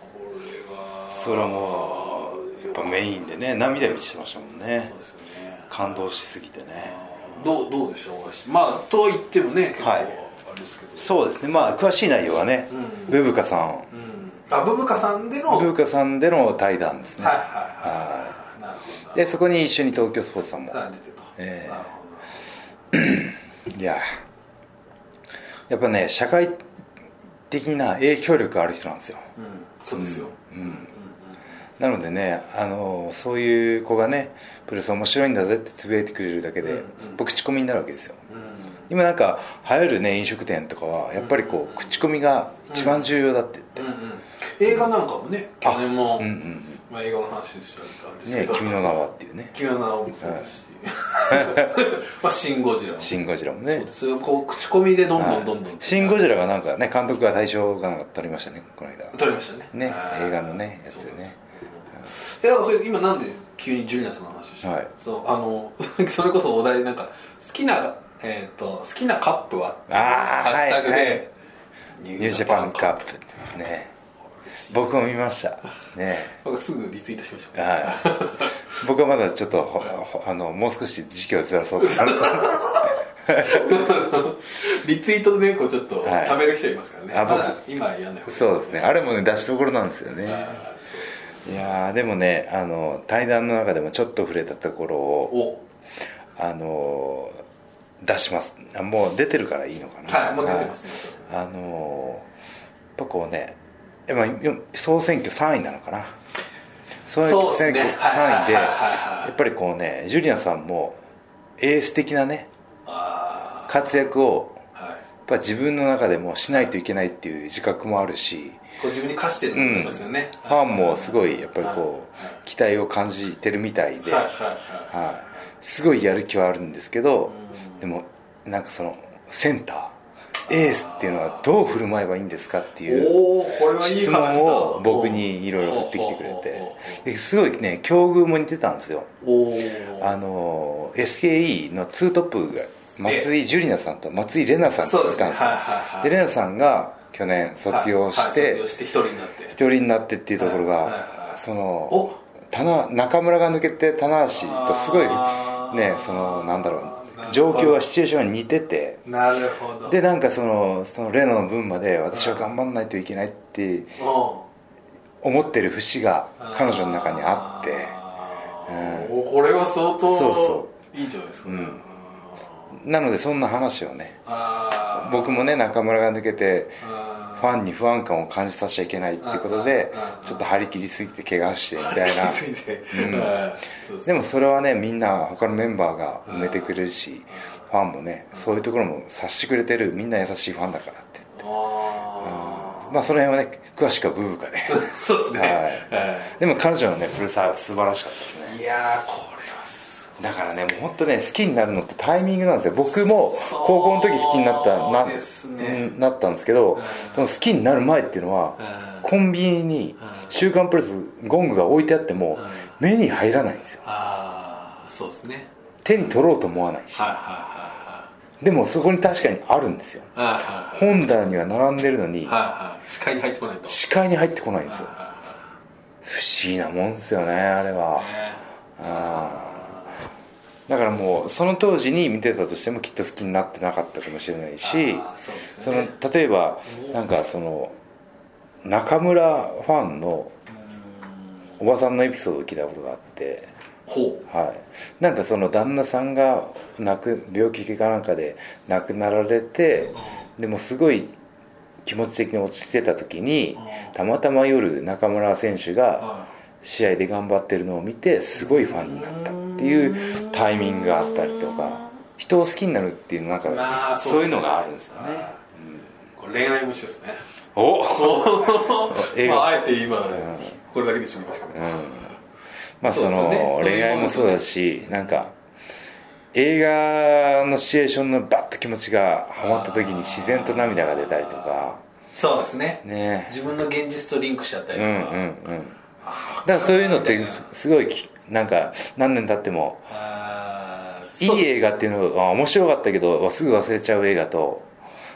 [SPEAKER 2] これは
[SPEAKER 1] それはもうやっぱメインでね涙見してましたもんね
[SPEAKER 2] そうですよね
[SPEAKER 1] 感動しすぎてね
[SPEAKER 2] どうどうでしょう大橋まあとは言ってもね結構
[SPEAKER 1] はい
[SPEAKER 2] あれですけど、
[SPEAKER 1] そうですねまあ詳しい内容はね、
[SPEAKER 2] うん
[SPEAKER 1] ブブカさん
[SPEAKER 2] うん、あブブカさんでの
[SPEAKER 1] ブブカさんでの対談ですね
[SPEAKER 2] はいはいはいなるほどな
[SPEAKER 1] でそこに一緒に東京スポーツさんも、
[SPEAKER 2] あ出てと、
[SPEAKER 1] ええ
[SPEAKER 2] なるほど
[SPEAKER 1] い、ややっぱね社会的な影響力ある人なんですよ
[SPEAKER 2] うん、そうですよ、
[SPEAKER 1] なのでね、あのそういう子がねプロレス面白いんだぜってつぶやいてくれるだけで、
[SPEAKER 2] うんうん
[SPEAKER 1] 僕口コミになるわけですよ
[SPEAKER 2] うん
[SPEAKER 1] 今なんか流行るね飲食店とかはやっぱりこう口コミが一番重要だって言って、
[SPEAKER 2] うんうん、映画なんかもね去年も、
[SPEAKER 1] うんうん
[SPEAKER 2] まあ、映画の話でしたらあれですけ
[SPEAKER 1] ね
[SPEAKER 2] ど、
[SPEAKER 1] 君の名はっていうね
[SPEAKER 2] 君の名を見てたし、 [laughs] まあシン・ゴジラも
[SPEAKER 1] シン・ゴジラも
[SPEAKER 2] そう
[SPEAKER 1] ね
[SPEAKER 2] ですこう口コミでどん
[SPEAKER 1] は
[SPEAKER 2] ど
[SPEAKER 1] い
[SPEAKER 2] んどんどん
[SPEAKER 1] シン・ゴジラがなんかね監督が大賞かなんか取りましたねこの間
[SPEAKER 2] 撮りましたね
[SPEAKER 1] ね
[SPEAKER 2] あー
[SPEAKER 1] 映画のねやつでね
[SPEAKER 2] そうですいやでもそれ今なんで急にジュニアさんの話をしたの、
[SPEAKER 1] はい
[SPEAKER 2] そうあの [laughs] それこそお題なんか好きなえっ、と好きなカップはっていう
[SPEAKER 1] あー
[SPEAKER 2] ハッシュタグで、
[SPEAKER 1] はいはい
[SPEAKER 2] ニ
[SPEAKER 1] ニュージャパンカップってね僕も見ましたね
[SPEAKER 2] 僕すぐリツイートしました
[SPEAKER 1] はい僕はまだちょっとほほあのもう少し時期をずらそうと思って
[SPEAKER 2] [laughs] リツイートでねこうちょっと
[SPEAKER 1] はい
[SPEAKER 2] 貯める人いますからね、
[SPEAKER 1] あ
[SPEAKER 2] ま
[SPEAKER 1] 僕
[SPEAKER 2] だ今やん [laughs] ない方がいい
[SPEAKER 1] そうですねあれもね出しどころなんですよねいやーでもねあの対談の中でもちょっと触れたところを
[SPEAKER 2] お
[SPEAKER 1] あのー出しますあもう出てるからいいのかな
[SPEAKER 2] はいもう出てますね、
[SPEAKER 1] はいあのーやっぱこうねえまあよ総選挙3位なのかな総
[SPEAKER 2] そうです
[SPEAKER 1] 選
[SPEAKER 2] ね
[SPEAKER 1] 挙3位で
[SPEAKER 2] は
[SPEAKER 1] や
[SPEAKER 2] いはいはいはい
[SPEAKER 1] っぱりこうねジュリアさんもエース的なね
[SPEAKER 2] あ
[SPEAKER 1] 活躍を
[SPEAKER 2] あはい
[SPEAKER 1] やっぱ自分の中でもしないといけないっていう自覚もあるし
[SPEAKER 2] こう自分に課してるのもありますよね、
[SPEAKER 1] ファンもすごいやっぱりこ
[SPEAKER 2] はいう
[SPEAKER 1] 期待を感じてるみたいで、
[SPEAKER 2] はいはいはい
[SPEAKER 1] はい、すごいやる気はあるんですけどでもなんかそのセンターエースっていうのはどう振る舞えばいいんですかっていう
[SPEAKER 2] おおーこれはいい
[SPEAKER 1] 質
[SPEAKER 2] 話だ
[SPEAKER 1] 問を僕にいろいろ振ってきてくれてですごいね境遇も似てたんですよ
[SPEAKER 2] おお
[SPEAKER 1] あの SKE のツートップが松井樹里奈さんと松井玲奈さん
[SPEAKER 2] そう
[SPEAKER 1] が
[SPEAKER 2] で
[SPEAKER 1] い
[SPEAKER 2] すね
[SPEAKER 1] たん
[SPEAKER 2] はい
[SPEAKER 1] ですよ
[SPEAKER 2] はいはい
[SPEAKER 1] で玲奈さんが去年卒業し
[SPEAKER 2] はいはい
[SPEAKER 1] て
[SPEAKER 2] 卒業して一人になって
[SPEAKER 1] 一人になってっていうところ
[SPEAKER 2] はいはいは
[SPEAKER 1] が
[SPEAKER 2] い
[SPEAKER 1] そ
[SPEAKER 2] お
[SPEAKER 1] の棚中村が抜けて棚橋とすごい
[SPEAKER 2] あー
[SPEAKER 1] ねそのなんだろ
[SPEAKER 2] なるほ
[SPEAKER 1] う
[SPEAKER 2] ど
[SPEAKER 1] 状況はシチュエーションが似てて
[SPEAKER 2] なるほど
[SPEAKER 1] でなんかそのそのレナの分まで私は頑張んないといけないって
[SPEAKER 2] お
[SPEAKER 1] 思ってる節が彼女の中にあって
[SPEAKER 2] てこれは相当
[SPEAKER 1] そうそ
[SPEAKER 2] いいじゃないですかねうん
[SPEAKER 1] なのでそんな話をね
[SPEAKER 2] あー
[SPEAKER 1] 僕もね中村が抜けて
[SPEAKER 2] あ
[SPEAKER 1] ファンに不安感を感じさせちゃいけないってことでちょっと張り切りすぎて怪我してみたいな
[SPEAKER 2] [laughs] ー気づいてはいそうそ
[SPEAKER 1] で
[SPEAKER 2] う
[SPEAKER 1] もそれはねみんな他のメンバーが埋めてくれるしファンもねそういうところも察してくれてるみんな優しいファンだからって
[SPEAKER 2] あ
[SPEAKER 1] まあその辺はね詳しくはブーブーか [laughs] で
[SPEAKER 2] ーそうですね
[SPEAKER 1] はい
[SPEAKER 2] はい
[SPEAKER 1] でも彼女のねプロレスは素晴らしかったですね
[SPEAKER 2] いやーこれはす
[SPEAKER 1] だからねもう本当ね好きになるのってタイミングなんですよ僕も
[SPEAKER 2] そう
[SPEAKER 1] 高校の時好きになったな,、
[SPEAKER 2] ですね
[SPEAKER 1] うんなったんですけど、その好きになる前っていうのは、
[SPEAKER 2] うん
[SPEAKER 1] コンビニに「週刊プロレス」ゴングが置いてあっても、目に入らないんですよ
[SPEAKER 2] ああそうですね
[SPEAKER 1] 手に取ろうと思わないし
[SPEAKER 2] はいはい
[SPEAKER 1] でもそこに確かにあるんですよ
[SPEAKER 2] はいはいは
[SPEAKER 1] 本棚には並んでるのに
[SPEAKER 2] いはいはい視界に入ってこないと
[SPEAKER 1] 視界に入ってこないんですよ
[SPEAKER 2] は
[SPEAKER 1] 不思議なもんですよねあれは
[SPEAKER 2] ね
[SPEAKER 1] だからもうその当時に見てたとしてもきっと好きになってなかったかもしれないし
[SPEAKER 2] あーそうです
[SPEAKER 1] そ
[SPEAKER 2] よ
[SPEAKER 1] の
[SPEAKER 2] ね
[SPEAKER 1] 例えばなんかその中村ファンのおばさんのエピソードを聞いたことがあって
[SPEAKER 2] ほ
[SPEAKER 1] はい、なんかその旦那さんが亡く病気かなんかで亡くなられてでもすごい気持ち的に落ち着いてた時に
[SPEAKER 2] うん
[SPEAKER 1] たまたま夜中村選手
[SPEAKER 2] う
[SPEAKER 1] が
[SPEAKER 2] は
[SPEAKER 1] 試合で頑張ってるのを見てすごいファンになったっていうタイミングがあったりとか人を好きになるっていうなん
[SPEAKER 2] まあ
[SPEAKER 1] か
[SPEAKER 2] そう
[SPEAKER 1] そ
[SPEAKER 2] っ
[SPEAKER 1] うい
[SPEAKER 2] すね
[SPEAKER 1] うのがあるんですよね
[SPEAKER 2] いこれ恋愛も一緒ですね
[SPEAKER 1] あお映画
[SPEAKER 2] まあ、あえて今、これだけでしょましたけど、
[SPEAKER 1] まあその
[SPEAKER 2] そうですよね
[SPEAKER 1] 恋愛もそうだしなんか映画のシチュエーションのバッと気持ちがハマった時に自然と涙が出たりとか
[SPEAKER 2] そうですね
[SPEAKER 1] ね
[SPEAKER 2] 自分の現実とリンクしちゃったり
[SPEAKER 1] う
[SPEAKER 2] と
[SPEAKER 1] んうん
[SPEAKER 2] か、
[SPEAKER 1] うん
[SPEAKER 2] あ
[SPEAKER 1] だからそういうのって
[SPEAKER 2] みたいな
[SPEAKER 1] すごいきなんか何年経っても
[SPEAKER 2] あー
[SPEAKER 1] い
[SPEAKER 2] そう
[SPEAKER 1] い映画っていうのは面白かったけどすぐ忘れちゃう映画と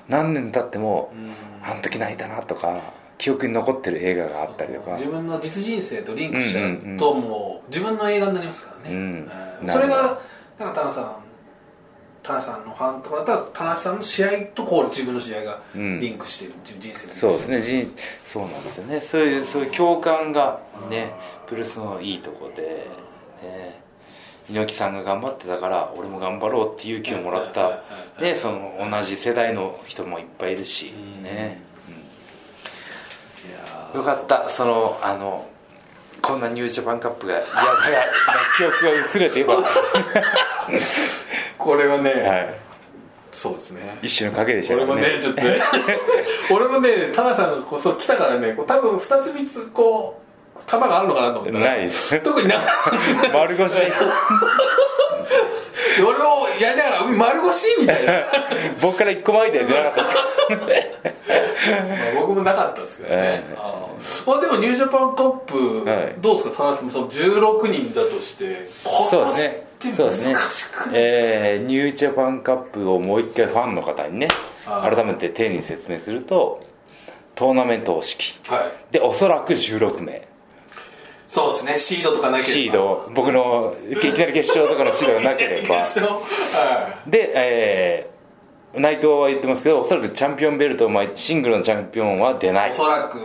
[SPEAKER 1] 何年経っても
[SPEAKER 2] うん
[SPEAKER 1] あの時泣いたなとか記憶に残ってる映画があったりとか
[SPEAKER 2] 自分の実人生とリンクしちゃ
[SPEAKER 1] うんうんう
[SPEAKER 2] うんともう自分の映画になりますからね、
[SPEAKER 1] うん
[SPEAKER 2] うん
[SPEAKER 1] な
[SPEAKER 2] そ
[SPEAKER 1] るほど
[SPEAKER 2] れがなんか田中さん田中さんのファンとかだったら田中さんの試合とこう自分の試合が
[SPEAKER 1] うん
[SPEAKER 2] リンクしてる、自分人生に
[SPEAKER 1] そうですね人そうなんですよねそういうそういう共感がねプルスのいいとこで、ね、猪木さんが頑張ってたから俺も頑張ろうっていう勇気をもらっ
[SPEAKER 2] はいはいは
[SPEAKER 1] たでその同じ世代の人もいっぱいいるし
[SPEAKER 2] うん
[SPEAKER 1] ね、
[SPEAKER 2] いやー
[SPEAKER 1] うんよかったそのあのこんなニュージャパンカップが嫌だが記憶が薄れてよかっ
[SPEAKER 2] [laughs] これはね、
[SPEAKER 1] た、は
[SPEAKER 2] そうですね
[SPEAKER 1] い、一種の影でした
[SPEAKER 2] 俺もねちょっ
[SPEAKER 1] [laughs]
[SPEAKER 2] とね俺もね田中さんがこうそう来たからねこう多分2つ3つこう球があるのかなと思ったら
[SPEAKER 1] ないです [laughs]
[SPEAKER 2] 特になかった
[SPEAKER 1] 丸腰
[SPEAKER 2] で俺もやりながらうん丸腰みたいな、
[SPEAKER 1] 僕から一個前で出なかった
[SPEAKER 2] まあ僕もなかったですけどね、
[SPEAKER 1] ええ
[SPEAKER 2] あーまあでもニュージャパンカップ、
[SPEAKER 1] はい
[SPEAKER 2] どうですか田中さんその16人だとして
[SPEAKER 1] そう
[SPEAKER 2] 今
[SPEAKER 1] です
[SPEAKER 2] 年
[SPEAKER 1] ね
[SPEAKER 2] って
[SPEAKER 1] そう
[SPEAKER 2] 難
[SPEAKER 1] ですね
[SPEAKER 2] しくない
[SPEAKER 1] えーニュージャパンカップをもう一回ファンの方にね
[SPEAKER 2] あー
[SPEAKER 1] 改めて丁寧に説明するとトーナメント方式
[SPEAKER 2] はい
[SPEAKER 1] でおそらく16名
[SPEAKER 2] そうですねシードとかなければ
[SPEAKER 1] シード僕のいきなり決勝とかのシードがなけれ
[SPEAKER 2] 決
[SPEAKER 1] ば
[SPEAKER 2] 勝は
[SPEAKER 1] で、えー内藤は言ってますけどおそらくチャンピオンベルトを巻いてシングルのチャンピオンは出ないい
[SPEAKER 2] おそらく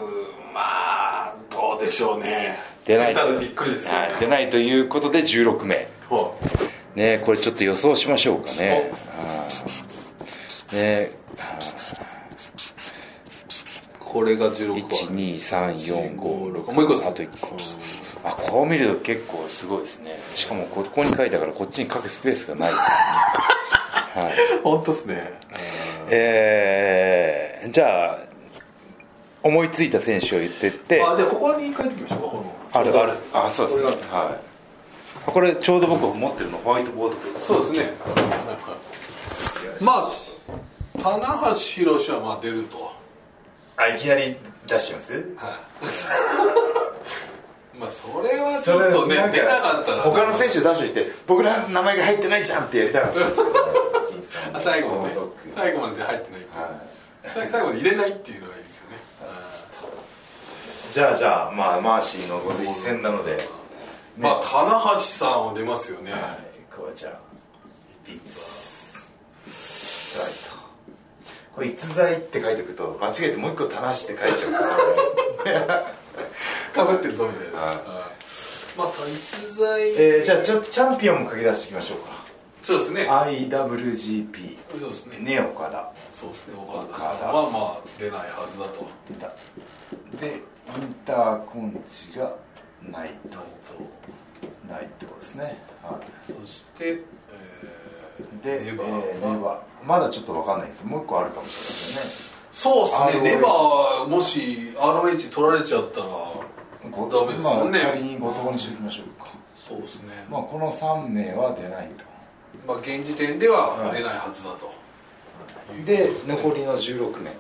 [SPEAKER 2] まあどうでしょうね
[SPEAKER 1] 出ない
[SPEAKER 2] 出たらびっくりですけど、
[SPEAKER 1] はい出ないということで16名
[SPEAKER 2] ほう
[SPEAKER 1] ねこれちょっと予想しましょうかねあーね
[SPEAKER 2] これが16
[SPEAKER 1] 一
[SPEAKER 2] 個
[SPEAKER 1] 二三四五六
[SPEAKER 2] もう一個です
[SPEAKER 1] あと一個あこう見ると結構すごいですねしかもここに書いたからこっちに書くスペースがないですよねはい
[SPEAKER 2] 本当ですね
[SPEAKER 1] [laughs] えー、じゃあ思いついた選手を言ってって
[SPEAKER 2] あじゃあここに書いてきましょうかこの
[SPEAKER 1] あるあるあそうですね
[SPEAKER 2] こ
[SPEAKER 1] は
[SPEAKER 2] れ
[SPEAKER 1] い
[SPEAKER 2] が
[SPEAKER 1] あこれちょうど僕持ってるのホワイトボード
[SPEAKER 2] そうですねなんかまあ棚橋宏はまあ出ると
[SPEAKER 3] あいきなり出してます
[SPEAKER 2] まあそれはちょっとね
[SPEAKER 3] なん
[SPEAKER 2] 出なかったら
[SPEAKER 3] 他の選手出してて僕らの名前が入ってないじゃんってやりた
[SPEAKER 1] [laughs]
[SPEAKER 3] かった
[SPEAKER 2] あ最後までね
[SPEAKER 3] はい
[SPEAKER 2] 最後まで入ってないっていう、最最後まで入れないっていうのがいいですよね
[SPEAKER 3] じゃあじゃあまあマーシーのご推薦なので
[SPEAKER 2] まあ棚橋さんは出ますよね、
[SPEAKER 3] はいこれじゃあディッツライトこれ逸材って書いてくと間違えてもう一個棚橋って書いちゃう
[SPEAKER 2] かぶってるぞみたいな、
[SPEAKER 3] はい
[SPEAKER 2] まあ逸材、
[SPEAKER 3] えー、じゃあちょっとチャンピオンも書き出していきましょう
[SPEAKER 2] そうですね
[SPEAKER 3] か IWGP
[SPEAKER 2] そうですね
[SPEAKER 3] ね岡田
[SPEAKER 2] そうですね岡田さんはまあ出ないはずだと
[SPEAKER 3] 出たでインターコンチが内藤内藤ですねは
[SPEAKER 2] そして、え
[SPEAKER 3] いで
[SPEAKER 2] ーネバー
[SPEAKER 3] えーネバーまだちょっと分かんないですもう一個あるかもしれないです
[SPEAKER 2] そうですね
[SPEAKER 3] ROH
[SPEAKER 2] ネバーもし ROH 取られちゃったら
[SPEAKER 3] よねご
[SPEAKER 2] ダメですもんね
[SPEAKER 3] まあ仮に後藤にしておきましょうか、
[SPEAKER 2] そうですね
[SPEAKER 3] まあ、この3名は出ないと
[SPEAKER 2] まあ現時点では出ないはずだと、
[SPEAKER 3] で残りの16名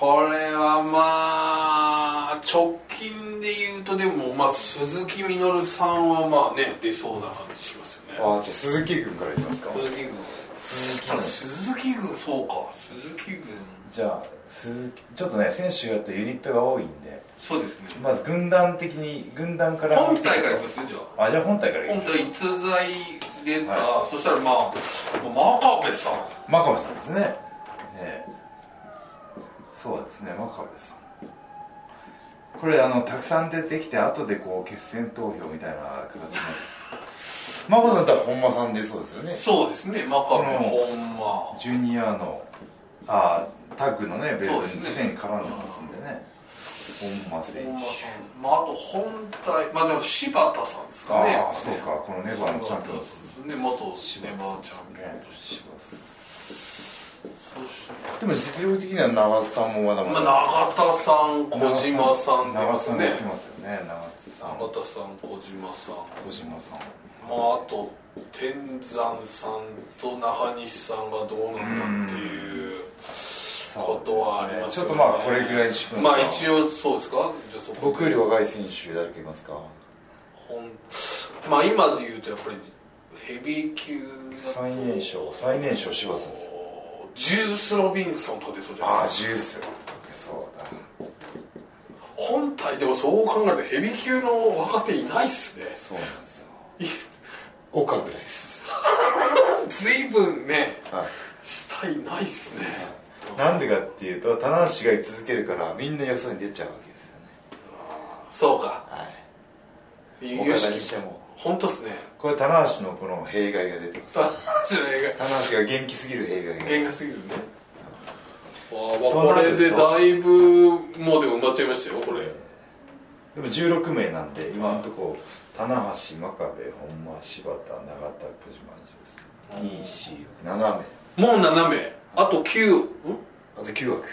[SPEAKER 2] これはまあ直近で言うとでもまあ鈴木みのるさんはまあね出そうな感じしますよね
[SPEAKER 3] ああじゃあ鈴木軍からいきますか
[SPEAKER 2] 鈴木軍ただ鈴木軍そうか鈴木軍
[SPEAKER 3] じゃあ鈴木ちょっとね選手がやってユニットが多いんで
[SPEAKER 2] そうですね
[SPEAKER 3] まず軍団的に軍団から
[SPEAKER 2] 本体からいきますねじゃあ
[SPEAKER 3] あじゃあ本体からいき
[SPEAKER 2] 本
[SPEAKER 3] ます
[SPEAKER 2] 体逸材出た、
[SPEAKER 3] は
[SPEAKER 2] そしたらまあ真壁さん
[SPEAKER 3] 真壁さんですねねえそうですね真壁さんこれあのたくさん出てきて後でこう決選投票みたいな形になる [laughs] 真壁さんだったら本間さんでそうですよね
[SPEAKER 2] そうですね真壁
[SPEAKER 3] うん
[SPEAKER 2] ほんま
[SPEAKER 3] ジュニアのあタッグのねベルト
[SPEAKER 2] そ
[SPEAKER 3] に
[SPEAKER 2] うですね
[SPEAKER 3] すでに絡んでますんでね本間選
[SPEAKER 2] 本間
[SPEAKER 3] 手
[SPEAKER 2] さんまああと本体まあでも柴田さんですかね
[SPEAKER 3] ああそうかこのネバーのチャンピオン
[SPEAKER 2] そうですね元ネバーチャンピオンとして
[SPEAKER 3] します
[SPEAKER 2] そそして
[SPEAKER 1] でも実力的には長津さんもまだまだ、
[SPEAKER 2] まあ、永田さん小島さん
[SPEAKER 1] 長津さん
[SPEAKER 2] ね
[SPEAKER 1] できますよね長津さん
[SPEAKER 2] 永田さん小島さん
[SPEAKER 1] 小島さん
[SPEAKER 2] まああと天山さんと中西さんがどうなんだっていうことはあります
[SPEAKER 1] ちょ
[SPEAKER 2] よ
[SPEAKER 1] っ
[SPEAKER 2] ね
[SPEAKER 1] とまあこれぐらいにしますか
[SPEAKER 2] まあ一応そうですかじゃあそこ
[SPEAKER 1] 僕より若い選手誰かいますか
[SPEAKER 2] ほんまあ今で言うとやっぱりヘビー級だと
[SPEAKER 1] 最年少最年少柴田さんです
[SPEAKER 2] ジュース・ロビンソンとか出そうじゃない
[SPEAKER 1] ああ
[SPEAKER 2] ですか
[SPEAKER 1] ジュースそうだ
[SPEAKER 2] 本体でもそう考えるとヘビー級の若手いないっすね
[SPEAKER 1] そうなんです [laughs] よ岡ぐらいです
[SPEAKER 2] 随分ね
[SPEAKER 1] はい
[SPEAKER 2] 下いないっすね
[SPEAKER 1] なんでかっていうと棚橋が居続けるからみんなよそに出ちゃうわけですよね
[SPEAKER 2] そうか
[SPEAKER 1] はい
[SPEAKER 2] 有
[SPEAKER 1] 岡田に
[SPEAKER 2] 識
[SPEAKER 1] しても
[SPEAKER 2] 本当っすね [laughs]
[SPEAKER 1] これ棚橋のこの弊害が出てます
[SPEAKER 2] あそれが
[SPEAKER 1] 棚橋が元気すぎる弊害が
[SPEAKER 2] 原画すぎるねわあ
[SPEAKER 1] と
[SPEAKER 2] わあ
[SPEAKER 1] な
[SPEAKER 2] こ
[SPEAKER 1] る
[SPEAKER 2] れ
[SPEAKER 1] と
[SPEAKER 2] でだいぶもうでも埋まっちゃいましたよこれ
[SPEAKER 1] でも16名なんで今のとこ棚橋真壁本間柴田永田小島ジュース247名
[SPEAKER 2] もう7名あと9ん
[SPEAKER 1] あと9枠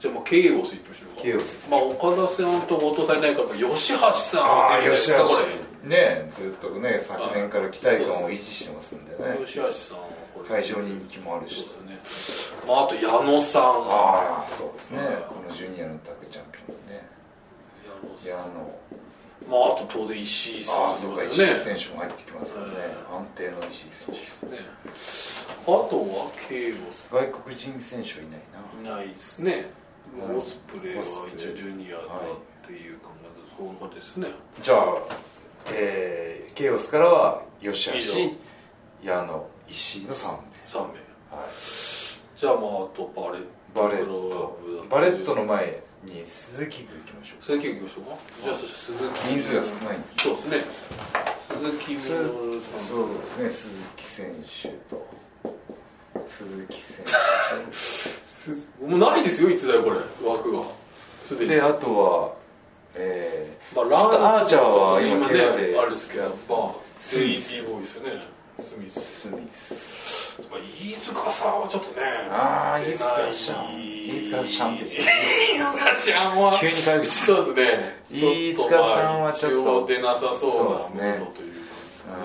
[SPEAKER 2] じゃあまあケイオスいきましょうか
[SPEAKER 1] ケイオス
[SPEAKER 2] まあ岡田さんと後藤さんいないから吉橋さん
[SPEAKER 1] あ
[SPEAKER 2] は
[SPEAKER 1] あ
[SPEAKER 2] 出るんじ
[SPEAKER 1] 吉
[SPEAKER 2] ゃない
[SPEAKER 1] 橋
[SPEAKER 2] ですか
[SPEAKER 1] ねずっとね昨年から期待感を維持してますんで
[SPEAKER 2] こ
[SPEAKER 1] ね
[SPEAKER 2] れ吉橋さんはこれ
[SPEAKER 1] 会場人気もあるし
[SPEAKER 2] そうですねまああと矢野さん
[SPEAKER 1] ああそうですねこのジュニアのタッグチャンピオンね
[SPEAKER 2] 矢野
[SPEAKER 1] い
[SPEAKER 2] さ
[SPEAKER 1] やあの
[SPEAKER 2] んまああと当然石井さん
[SPEAKER 1] ああ
[SPEAKER 2] も
[SPEAKER 1] そう
[SPEAKER 2] いま
[SPEAKER 1] か石
[SPEAKER 2] すよ
[SPEAKER 1] 井
[SPEAKER 2] ね
[SPEAKER 1] 選手も入ってきますよね安定の石井選手
[SPEAKER 2] ねあとはケイオス
[SPEAKER 1] 外国人選手はいないない
[SPEAKER 2] ないですね、まあ
[SPEAKER 1] うん
[SPEAKER 2] オスプレイは一応ジュニアだっていう考えで、そういう感じですね
[SPEAKER 1] じゃあ、えーケイオスからは吉
[SPEAKER 2] 以
[SPEAKER 1] 橋矢野石井の3名、
[SPEAKER 2] 3名
[SPEAKER 1] はい
[SPEAKER 2] じゃあまああとバレット
[SPEAKER 1] バレッ
[SPEAKER 2] クラ
[SPEAKER 1] ト
[SPEAKER 2] ブだって
[SPEAKER 1] バレットの前に鈴木君行きましょう
[SPEAKER 2] 鈴木行きましょうかじゃあそして鈴木
[SPEAKER 1] 人数が少ないんです
[SPEAKER 2] そうですね鈴木みのるさん
[SPEAKER 1] そうですね鈴木選手と鈴木選
[SPEAKER 2] すもうないですよいつだよこれ枠がすで
[SPEAKER 1] 手
[SPEAKER 2] に
[SPEAKER 1] であとはえ
[SPEAKER 2] まあ、
[SPEAKER 1] ちょっと
[SPEAKER 2] ラ
[SPEAKER 1] アーチャーは
[SPEAKER 2] ちょっと
[SPEAKER 1] 今怪我で
[SPEAKER 2] ね、あれですけど、まあ、
[SPEAKER 1] スミス
[SPEAKER 2] AB ボーイですよね、スミ
[SPEAKER 1] ー
[SPEAKER 2] ス。
[SPEAKER 1] スミス
[SPEAKER 2] まあ、飯塚さんはちょっとね、
[SPEAKER 1] ああ
[SPEAKER 2] 出
[SPEAKER 1] 飯
[SPEAKER 2] ない
[SPEAKER 1] 塚シャン飯塚シャンって言っちゃっ
[SPEAKER 2] 飯塚シャンは、
[SPEAKER 1] 急に陰口
[SPEAKER 2] そうですね、
[SPEAKER 1] 飯塚さんはちょっと
[SPEAKER 2] まあ一応出なさそうな
[SPEAKER 1] そ
[SPEAKER 2] ム
[SPEAKER 1] うですね
[SPEAKER 2] ードという感じですかね。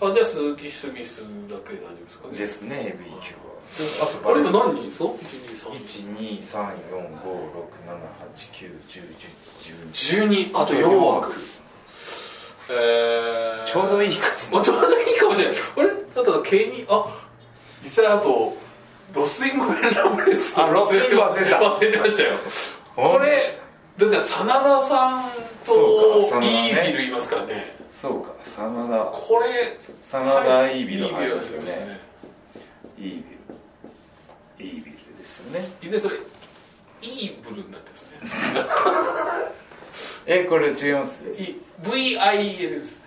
[SPEAKER 1] た
[SPEAKER 2] あじゃあ、鈴木スミスだけで大丈夫ですか
[SPEAKER 1] うん
[SPEAKER 2] ね。
[SPEAKER 1] ですねヘビー級はあと
[SPEAKER 2] あ
[SPEAKER 1] バレ
[SPEAKER 2] れ
[SPEAKER 1] ッ
[SPEAKER 2] 今
[SPEAKER 1] ト
[SPEAKER 2] 何人ですか ?1、2、3。
[SPEAKER 1] 123456789101112
[SPEAKER 2] 12あと4枠えー、
[SPEAKER 1] ちょうどいい数
[SPEAKER 2] まあちょうどいいかもしれないあれだったら毛にあ実際あとロスインゴメンラブレス
[SPEAKER 1] あロスインゴ忘れた
[SPEAKER 2] 忘れてましたよこれだって真田さん
[SPEAKER 1] そう
[SPEAKER 2] と
[SPEAKER 1] か真田
[SPEAKER 2] イ
[SPEAKER 1] ね
[SPEAKER 2] ービルいますからね
[SPEAKER 1] そうか真田
[SPEAKER 2] これ
[SPEAKER 1] 真田イービル
[SPEAKER 2] イービ
[SPEAKER 1] 入
[SPEAKER 2] ル
[SPEAKER 1] り
[SPEAKER 2] が
[SPEAKER 1] ま
[SPEAKER 2] 出
[SPEAKER 1] す
[SPEAKER 2] て
[SPEAKER 1] よ
[SPEAKER 2] ました
[SPEAKER 1] ね
[SPEAKER 2] ね
[SPEAKER 1] イービルイービルですよね
[SPEAKER 2] いずれそれイーブルになってますね
[SPEAKER 1] えこれ違いますね
[SPEAKER 2] い VIL ですね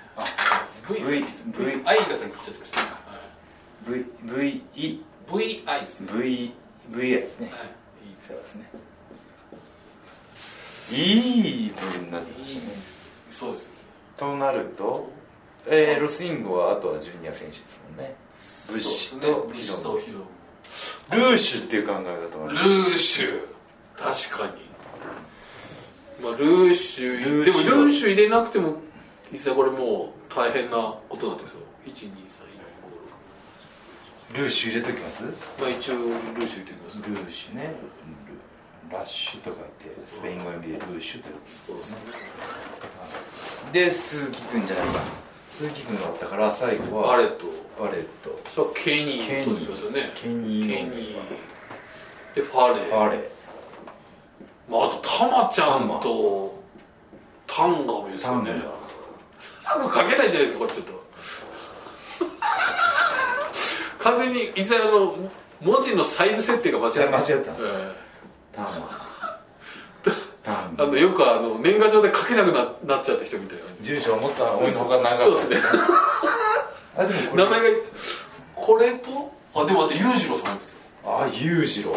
[SPEAKER 2] V
[SPEAKER 1] V
[SPEAKER 2] です
[SPEAKER 1] V
[SPEAKER 2] VI が先に来ちゃいましたね
[SPEAKER 1] V V E
[SPEAKER 2] はい VI ですね
[SPEAKER 1] V V ですね
[SPEAKER 2] はいいい
[SPEAKER 1] そうですねイーブルになってましたね
[SPEAKER 2] そうです
[SPEAKER 1] となるとえーロスインゴはあとはジュニア選手ですもんね武士と
[SPEAKER 2] 武
[SPEAKER 1] ヒ
[SPEAKER 2] 士
[SPEAKER 1] ロ
[SPEAKER 2] と
[SPEAKER 1] ム
[SPEAKER 2] ヒロム
[SPEAKER 1] ルーシュっていう考え方もあ
[SPEAKER 2] ル
[SPEAKER 1] る
[SPEAKER 2] ーシュ確かに、まあ、ルーシュ
[SPEAKER 1] ルーシュ
[SPEAKER 2] でもルーシュ入れなくても実際これもう大変なことなんですよ1 2 3 4 5
[SPEAKER 1] ルーシュ入れときます
[SPEAKER 2] 6まあ一応ルーシュ入れてみます
[SPEAKER 1] ルーシュねルラッシュとか言ってスペイン語読みでルーシュと言うんです
[SPEAKER 2] そうですね
[SPEAKER 1] で鈴木くんじゃないか鈴木くんがあったから最後は
[SPEAKER 2] バレット
[SPEAKER 1] バレット
[SPEAKER 2] そうケニーと言いますよね
[SPEAKER 1] ケニー
[SPEAKER 2] ケニーでファレー
[SPEAKER 1] バレー
[SPEAKER 2] まあ、あとタマちゃんとタンガもいいですよね
[SPEAKER 1] タン
[SPEAKER 2] 多分かけないんじゃないですかこれちょっと完全にいずれあの文字のサイズ設定が間違って
[SPEAKER 1] いや間違ったんです
[SPEAKER 2] え
[SPEAKER 1] タン [laughs] タン
[SPEAKER 2] えあのよくあの年賀状で書けなくななっちゃった人みたいな感
[SPEAKER 1] 住所を持った思いのほか長かっ
[SPEAKER 2] じ
[SPEAKER 1] た
[SPEAKER 2] そうですね
[SPEAKER 1] あでもこれ
[SPEAKER 2] 名前がこれとあでもあと裕次郎さんもいますよ
[SPEAKER 1] あ裕次郎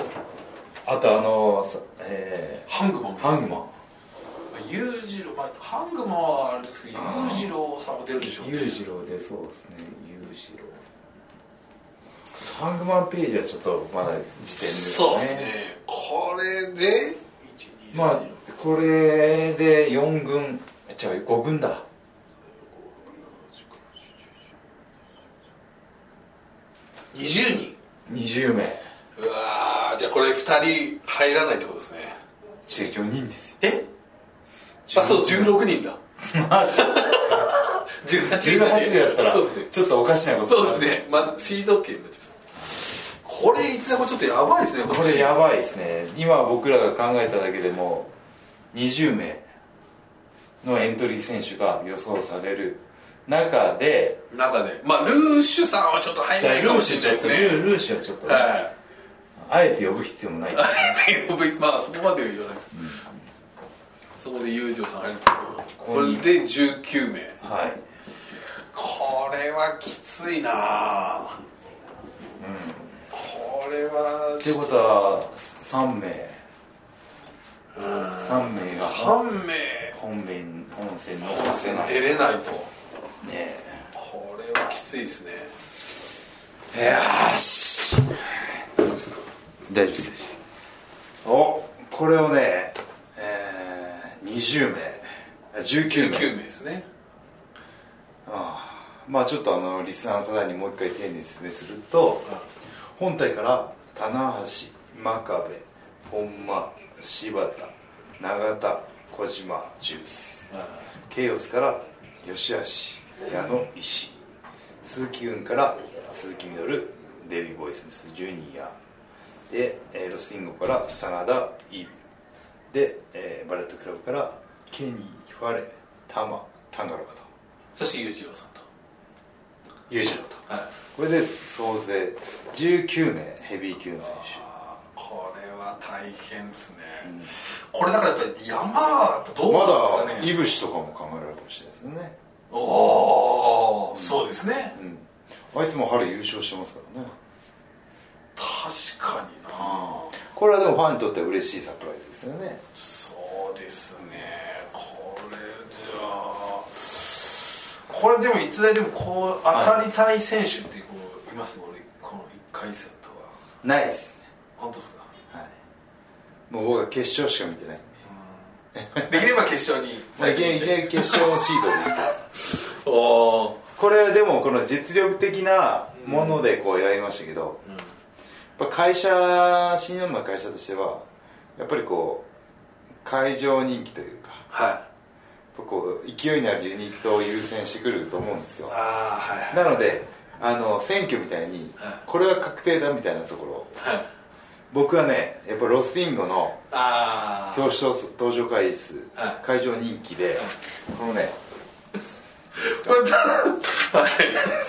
[SPEAKER 1] あとあのさえ
[SPEAKER 2] ハングマン
[SPEAKER 1] ー
[SPEAKER 2] もいま
[SPEAKER 1] ハ
[SPEAKER 2] す
[SPEAKER 1] ング
[SPEAKER 2] よ
[SPEAKER 1] マン
[SPEAKER 2] 裕次郎、まあ、ハングマンはあれですけど裕次郎さんも出るでしょうね
[SPEAKER 1] 裕次郎でそうですね裕次郎ハングマンページはちょっとまだ時点ですね
[SPEAKER 2] そうですねこれで123、
[SPEAKER 1] まあこれで4軍違う5軍だ
[SPEAKER 2] 20人
[SPEAKER 1] 20名
[SPEAKER 2] うわーじゃあこれ2人入らないってことですね
[SPEAKER 1] 違う4人ですよ
[SPEAKER 2] えあそう16人だ
[SPEAKER 1] マジ
[SPEAKER 2] 18人だね
[SPEAKER 1] 18でやったら
[SPEAKER 2] そうですね
[SPEAKER 1] ちょっとおかしなこと
[SPEAKER 2] そうですねまあシード権になっちゃいますこれいつでもちょっとやばいですね
[SPEAKER 1] これやばいですね今僕らが考えただけでも20名のエントリー選手が予想される中で
[SPEAKER 2] 中でまあルーシュさんはちょっと入
[SPEAKER 1] じゃあ
[SPEAKER 2] らない
[SPEAKER 1] ル
[SPEAKER 2] か
[SPEAKER 1] ー
[SPEAKER 2] も
[SPEAKER 1] シ
[SPEAKER 2] し
[SPEAKER 1] ュ
[SPEAKER 2] れないですね
[SPEAKER 1] ルールーシュはちょっとね、
[SPEAKER 2] はい
[SPEAKER 1] あえて呼ぶ必要もない
[SPEAKER 2] っていう別にまあそこまでは言わないです、そこで友情さん入るけどこれで19名
[SPEAKER 1] はい
[SPEAKER 2] これはきついなあこれは
[SPEAKER 1] ってことは3名3名が
[SPEAKER 2] 3名
[SPEAKER 1] 本面本戦の
[SPEAKER 2] 本戦出れないと
[SPEAKER 1] ねえ
[SPEAKER 2] これはきついですね
[SPEAKER 1] よし大丈夫ですおこれをねえー、20名あ19名
[SPEAKER 2] 19名ですね
[SPEAKER 1] まあちょっとあのリスナーの方にもう一回丁寧に説明すると本体から棚橋真壁本間柴田永田小島ジュースケイオスから吉橋矢野石鈴木軍から鈴木みどるデイビー・ボイスミスジュニアでえーロスインゴから真田イービルでえーバレットクラブからケニーファレタマタンガロカと
[SPEAKER 2] そして裕次郎さんと
[SPEAKER 1] 優勝と
[SPEAKER 2] はい
[SPEAKER 1] これで総勢19名ヘビー級の選
[SPEAKER 2] あーこれは大変ですね、これだからやっぱり山はど
[SPEAKER 1] 手
[SPEAKER 2] う
[SPEAKER 1] ま
[SPEAKER 2] なんですか
[SPEAKER 1] だ
[SPEAKER 2] ね
[SPEAKER 1] いぶしとかも考えられるかもしれないですよね
[SPEAKER 2] おお、そうですね
[SPEAKER 1] うんあいつも春優勝してますからね
[SPEAKER 2] 確かにな
[SPEAKER 1] これはでもファンにとっては嬉しいサプライズですよね
[SPEAKER 2] そうですねこれじゃあこれでもいつででもこう当たりたい選手ってこういますね俺この1回戦とは
[SPEAKER 1] ないですね
[SPEAKER 2] 本当ですか
[SPEAKER 1] はいもう僕は決勝しか見てないんで
[SPEAKER 2] できれば決勝に
[SPEAKER 1] まあいきなりいきなり決勝のシードでいってます
[SPEAKER 2] おお
[SPEAKER 1] これはでもこの実力的なものでこう選びましたけど、
[SPEAKER 2] ー、うん
[SPEAKER 1] やっぱ会社新日本の会社としてはやっぱりこう会場人気というか
[SPEAKER 2] はい
[SPEAKER 1] やっぱこう勢いのあるユニットを優先してくると思うんですよ
[SPEAKER 2] ああはいは
[SPEAKER 1] なのであの選挙みたいに
[SPEAKER 2] はい
[SPEAKER 1] これは確定だみたいなところ
[SPEAKER 2] いはい
[SPEAKER 1] 僕はねやっぱロスインゴの
[SPEAKER 2] ああ
[SPEAKER 1] 表彰登場回数
[SPEAKER 2] はい
[SPEAKER 1] 会場人気でこのね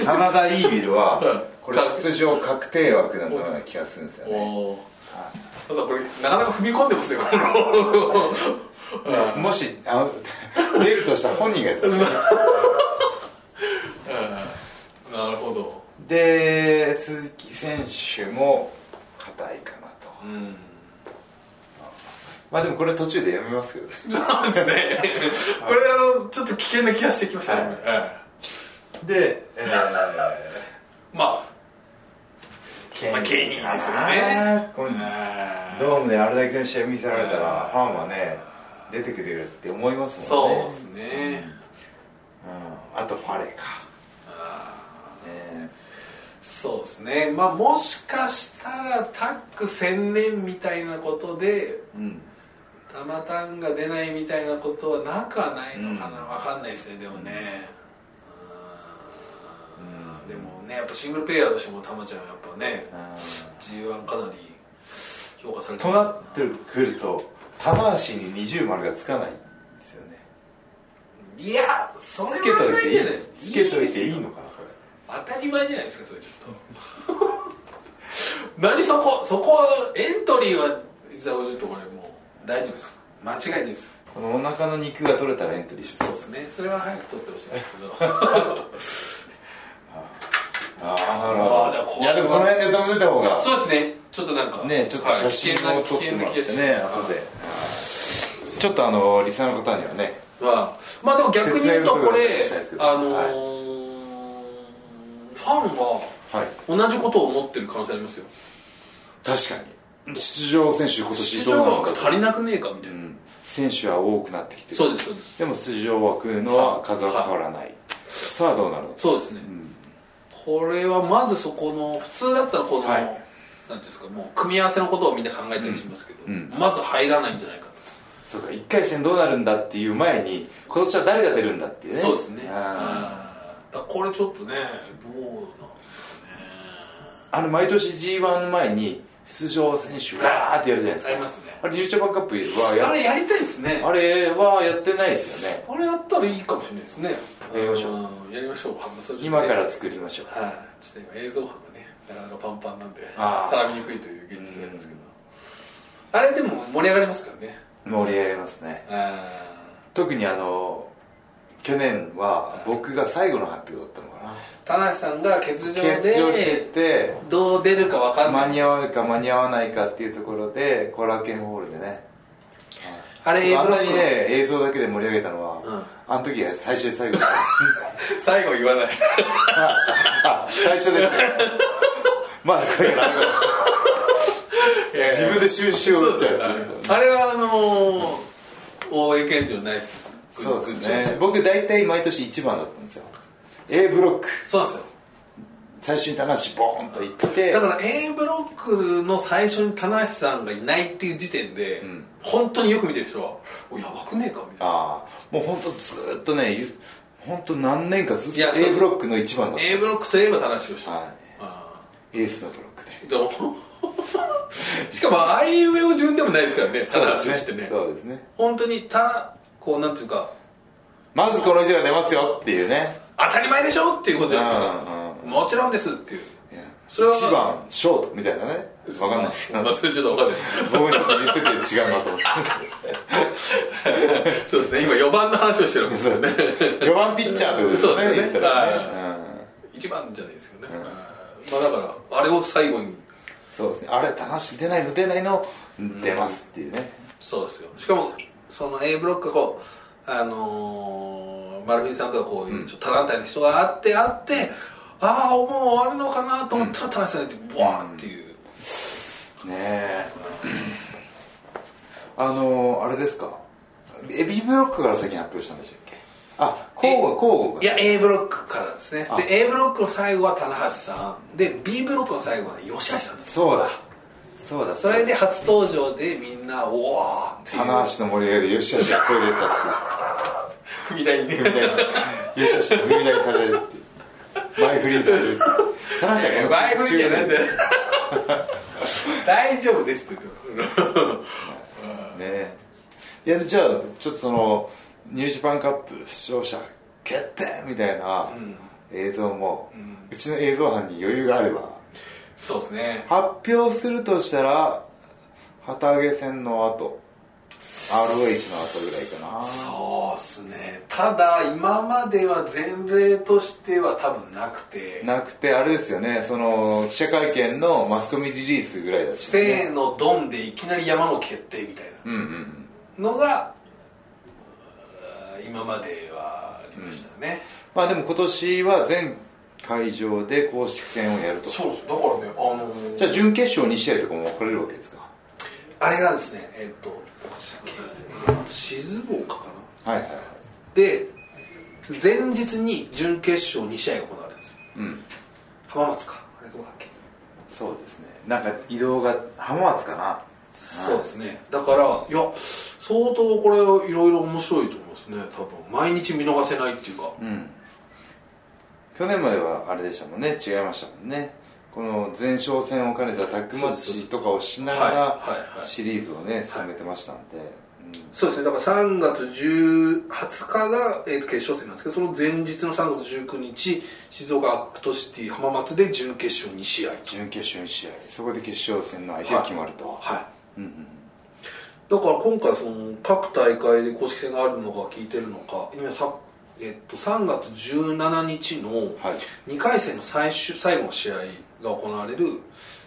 [SPEAKER 1] 真田イービル
[SPEAKER 2] は
[SPEAKER 1] はいこれ出場確定枠なんだような気がするんですよ
[SPEAKER 2] お
[SPEAKER 1] ね
[SPEAKER 2] おただこれなかなか踏み込んでますねこの
[SPEAKER 1] ねもしあの出るとしたら本人がやってます
[SPEAKER 2] なるほど
[SPEAKER 1] で鈴木選手も硬いかなと
[SPEAKER 2] うん
[SPEAKER 1] まあでもこれ途中でやめますけどね
[SPEAKER 2] そうですねこれあのちょっと危険な気がしてきましたね、
[SPEAKER 1] はい
[SPEAKER 2] え
[SPEAKER 1] で、え
[SPEAKER 2] えま
[SPEAKER 1] ー、
[SPEAKER 2] まあ芸人ですよ
[SPEAKER 1] ねこれ
[SPEAKER 2] あ
[SPEAKER 1] ドームであれだけの試合見せられたらファンはね出てくれるって思いますもん
[SPEAKER 2] そう
[SPEAKER 1] ね
[SPEAKER 2] ですね、
[SPEAKER 1] うん、あとファレかね
[SPEAKER 2] そうですねまあもしかしたらタック専念みたいなことで
[SPEAKER 1] うん
[SPEAKER 2] たまたんが出ないみたいなことはなくはないのかな、わかんないですねでもねうん、でもねやっぱシングルプレイヤーとしてもたまちゃんはやっぱね
[SPEAKER 1] うん
[SPEAKER 2] G1 かなり評価されて
[SPEAKER 1] と
[SPEAKER 2] ます
[SPEAKER 1] なってくると玉橋に二重丸がつかないんですよね
[SPEAKER 2] いやそれは
[SPEAKER 1] つけとい
[SPEAKER 2] ない
[SPEAKER 1] て
[SPEAKER 2] ん
[SPEAKER 1] い
[SPEAKER 2] じ
[SPEAKER 1] い
[SPEAKER 2] ゃないですか
[SPEAKER 1] つけといていいのかなこ
[SPEAKER 2] 当たり前じゃないですかそれちょっと [laughs] 何そこそこはエントリーは伊沢ちょっとこれもう大丈夫です間違いないです
[SPEAKER 1] れこのお腹の肉が取れたらエントリーし
[SPEAKER 2] そう
[SPEAKER 1] ま
[SPEAKER 2] ですすねそれは早く取ってほしいんですけ
[SPEAKER 1] [laughs]
[SPEAKER 2] どそ
[SPEAKER 1] あ
[SPEAKER 2] あーでも
[SPEAKER 1] あ
[SPEAKER 2] こ
[SPEAKER 1] いやでもこの辺で止めてた方が
[SPEAKER 2] うですねちょっとなんか
[SPEAKER 1] ねちょっと写真を撮ってもらってね後でちょっとあのリスナーの方にはね
[SPEAKER 2] まあ、まあでも逆に言うとこれ
[SPEAKER 1] 説明不足だったりしたんですけど
[SPEAKER 2] あのーファンは
[SPEAKER 1] はい
[SPEAKER 2] 同じことを思ってる可能性ありますよ
[SPEAKER 1] 確かに出場選手今年
[SPEAKER 2] 出
[SPEAKER 1] どうな
[SPEAKER 2] 場
[SPEAKER 1] のか
[SPEAKER 2] 枠足りなくねえかみたいうな、
[SPEAKER 1] ん選手は多くなってきてる
[SPEAKER 2] そうですそうです
[SPEAKER 1] でも出場枠の数は変わらないさあどうなるのか
[SPEAKER 2] そうですね、これはまずそこの普通だったらこの、
[SPEAKER 1] はい
[SPEAKER 2] なんていうんですかもう組み合わせのことをみんな考えたりしますけど、
[SPEAKER 1] うん
[SPEAKER 2] まず入らないんじゃないかと
[SPEAKER 1] そうか1回戦どうなるんだっていう前に今年は誰が出るんだっていうね
[SPEAKER 2] そうですね
[SPEAKER 1] あ
[SPEAKER 2] あーだからこれちょっとねどうなんですか
[SPEAKER 1] ーあの毎年 G1 の前に出場選手ガーってやるじゃないですか
[SPEAKER 2] ありますね
[SPEAKER 1] あれユーチューバーカップは
[SPEAKER 2] ね
[SPEAKER 1] や
[SPEAKER 2] あれやりたいですね
[SPEAKER 1] あれはやってないですよね
[SPEAKER 2] あれやったらいいかもしれないですね
[SPEAKER 1] やりましょうん
[SPEAKER 2] やりましょうあのそれちょっと
[SPEAKER 1] 今
[SPEAKER 2] ね
[SPEAKER 1] から作りましょう
[SPEAKER 2] はい、ちょっと今映像班がねなかなかパンパンなんで
[SPEAKER 1] あー
[SPEAKER 2] 絡みにくいという現実がありますけど、あれでも盛り上がりますからね
[SPEAKER 1] 盛り上げますね
[SPEAKER 2] あ
[SPEAKER 1] 特にあの去年は僕が最後の発表だったのかな
[SPEAKER 2] ー田無さんが欠場で
[SPEAKER 1] 欠場してて
[SPEAKER 2] どう出るか分かんない
[SPEAKER 1] 間に合うか間に合わないかっていうところでコラーケンホールでね
[SPEAKER 2] あれ A
[SPEAKER 1] あ
[SPEAKER 2] ブ
[SPEAKER 1] ん
[SPEAKER 2] ロ
[SPEAKER 1] な
[SPEAKER 2] ッ
[SPEAKER 1] に
[SPEAKER 2] ク
[SPEAKER 1] ね映像だけで盛り上げたのは、
[SPEAKER 2] う
[SPEAKER 1] あの時が最初で最後だった
[SPEAKER 2] 最後言わない
[SPEAKER 1] あ最初でした
[SPEAKER 2] [laughs]
[SPEAKER 1] まだこれから自分で収集を打っちゃう
[SPEAKER 2] あれはあのー、大江健二のナイス
[SPEAKER 1] そうです
[SPEAKER 2] 軍
[SPEAKER 1] ね
[SPEAKER 2] 長
[SPEAKER 1] 僕大体毎年1番だったんですよ A ブロック
[SPEAKER 2] そうなんですよ
[SPEAKER 1] 最初に棚橋ボーンと行って
[SPEAKER 2] だから A ブロックの最初に田無さんがいないっていう時点で、
[SPEAKER 1] ん
[SPEAKER 2] 本当によく見てる人は「おやばくねえか」みたいな
[SPEAKER 1] ああもう本当ずーっとねゆ本当何年かずっと
[SPEAKER 2] いやそう
[SPEAKER 1] A ブロックの1番だっ
[SPEAKER 2] A ブロックといえば田無をした、
[SPEAKER 1] はい
[SPEAKER 2] あ
[SPEAKER 1] たエースのブロックで
[SPEAKER 2] ーでも [laughs] しかもあいうえお順でもないですからね田無を
[SPEAKER 1] そうで
[SPEAKER 2] し
[SPEAKER 1] す
[SPEAKER 2] てね
[SPEAKER 1] そうですね
[SPEAKER 2] 本当にたこうなんていうか
[SPEAKER 1] まずこの人が出ますよっていうね
[SPEAKER 2] 当たり前でしょっていうことじゃないですか、
[SPEAKER 1] う
[SPEAKER 2] もちろんですっていう
[SPEAKER 1] 一
[SPEAKER 2] それは
[SPEAKER 1] 番ショートみたいなねわかんないですけど
[SPEAKER 2] まあ [laughs] それちょっと分かんない
[SPEAKER 1] 僕ちょっと言ってて違うなと思っ
[SPEAKER 2] [laughs] そうですね今4番の話をしてるわけですよね [laughs]
[SPEAKER 1] て4番ピッチャーってことですよね
[SPEAKER 2] そうですね
[SPEAKER 1] 言ったらねうん
[SPEAKER 2] 1番じゃないですけどね、まあだからあれを最後に
[SPEAKER 1] そうですねあれ棚橋出ないの出ないの出ますっていうね
[SPEAKER 2] そうですよしかもその A ブロックがこうあのー、丸藤さんとかこういうちょっと他団体の人があってあって、ああもう終わるのかなと思ったら田中さんがいてボワーンっていう、
[SPEAKER 1] ねえ [clears throat] あのあれですかエビブロックから先に発表したんでしたっけあ交互交互が
[SPEAKER 2] いや A ブロックからですね
[SPEAKER 1] あ
[SPEAKER 2] で A ブロックの最後は棚橋さんで B ブロックの最後は吉橋さんです
[SPEAKER 1] そうだそうだ
[SPEAKER 2] それで初登場でみんなおわーっていう
[SPEAKER 1] 棚橋の盛り上げで吉橋が声出たっていう
[SPEAKER 2] みたいにね
[SPEAKER 1] みたいな [laughs] よしよし踏み台にされるっていう前振りにされる話はこの
[SPEAKER 2] 前振りじゃないんだよ [laughs] 大丈夫ですって言ってる
[SPEAKER 1] ねいやでじゃあちょっとそのニュージパンカップ視聴者決定みたいな映像も、うちの映像班に余裕があれば
[SPEAKER 2] そうですね
[SPEAKER 1] 発表するとしたら旗揚げ戦の後 ROH の後ぐらいかな
[SPEAKER 2] そうですねただ今までは前例としては多分なくて
[SPEAKER 1] なくてあれですよねその記者会見のマスコミリリースぐらいだし、
[SPEAKER 2] せーのドンでいきなり山を決定みたいな
[SPEAKER 1] うんうんうん
[SPEAKER 2] のが、うー今まではありましたね、
[SPEAKER 1] まあでも今年は全会場で公式戦をやると
[SPEAKER 2] そうですだからねあのー
[SPEAKER 1] じゃあ準決勝2試合とかも分かれるわけですか
[SPEAKER 2] あれがですねえっ、とどこでしたっけえーと静岡かな
[SPEAKER 1] はいはいはい
[SPEAKER 2] で前日に準決勝2試合が行われるんですよ
[SPEAKER 1] うん
[SPEAKER 2] 浜松かあれどこだっけ
[SPEAKER 1] そうですねなんか移動が浜松かな
[SPEAKER 2] そうですねだからいや相当これいろいろ面白いと思いますね多分毎日見逃せないっていうか、
[SPEAKER 1] うん去年まではあれでしたもんね違いましたもんねこの前哨戦を兼ねたタッグマッチとかをしなが
[SPEAKER 2] そうですそうですはいはいは
[SPEAKER 1] ら
[SPEAKER 2] い
[SPEAKER 1] シリーズをね進めてましたんで、うん
[SPEAKER 2] そうですねだから3月10 20日が、えーと決勝戦なんですけどその前日の3月19日静岡アクトシティ浜松で準決勝2試合と
[SPEAKER 1] 準決勝2試合そこで決勝戦の相手が決まると、
[SPEAKER 2] はい、だから今回その各大会で公式戦があるのか聞いてるのか今さ、えっと、3月17日の
[SPEAKER 1] はい
[SPEAKER 2] 2回戦の最終最後の試合が行われる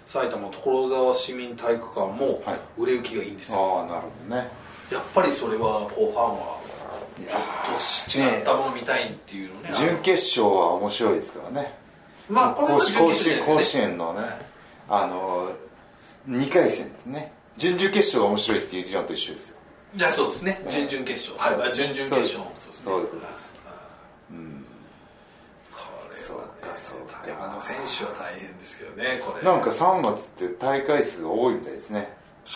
[SPEAKER 2] 埼玉所沢市民体育館も
[SPEAKER 1] はい
[SPEAKER 2] 売れ行きがいいんですよ、
[SPEAKER 1] ああなるほどね
[SPEAKER 2] やっぱりそれはこうファンはいちょっと違ったもの見たいっていうのね
[SPEAKER 1] 準決勝は面白いですからね
[SPEAKER 2] まあこれも
[SPEAKER 1] 甲子
[SPEAKER 2] 準
[SPEAKER 1] 甲
[SPEAKER 2] 決
[SPEAKER 1] 子園
[SPEAKER 2] 勝
[SPEAKER 1] 甲
[SPEAKER 2] です
[SPEAKER 1] 子
[SPEAKER 2] よね
[SPEAKER 1] 園のね、
[SPEAKER 2] はい
[SPEAKER 1] あの2回戦ね準々決勝が面白いっていうのと一緒ですよ
[SPEAKER 2] じゃあそうですね準々決勝はいあ準々決勝
[SPEAKER 1] そうそういうことです
[SPEAKER 2] すこれはね
[SPEAKER 1] そうかそうか
[SPEAKER 2] あの選手は大変ですけどねこれ
[SPEAKER 1] なんか3月って大会数が多いみたいですね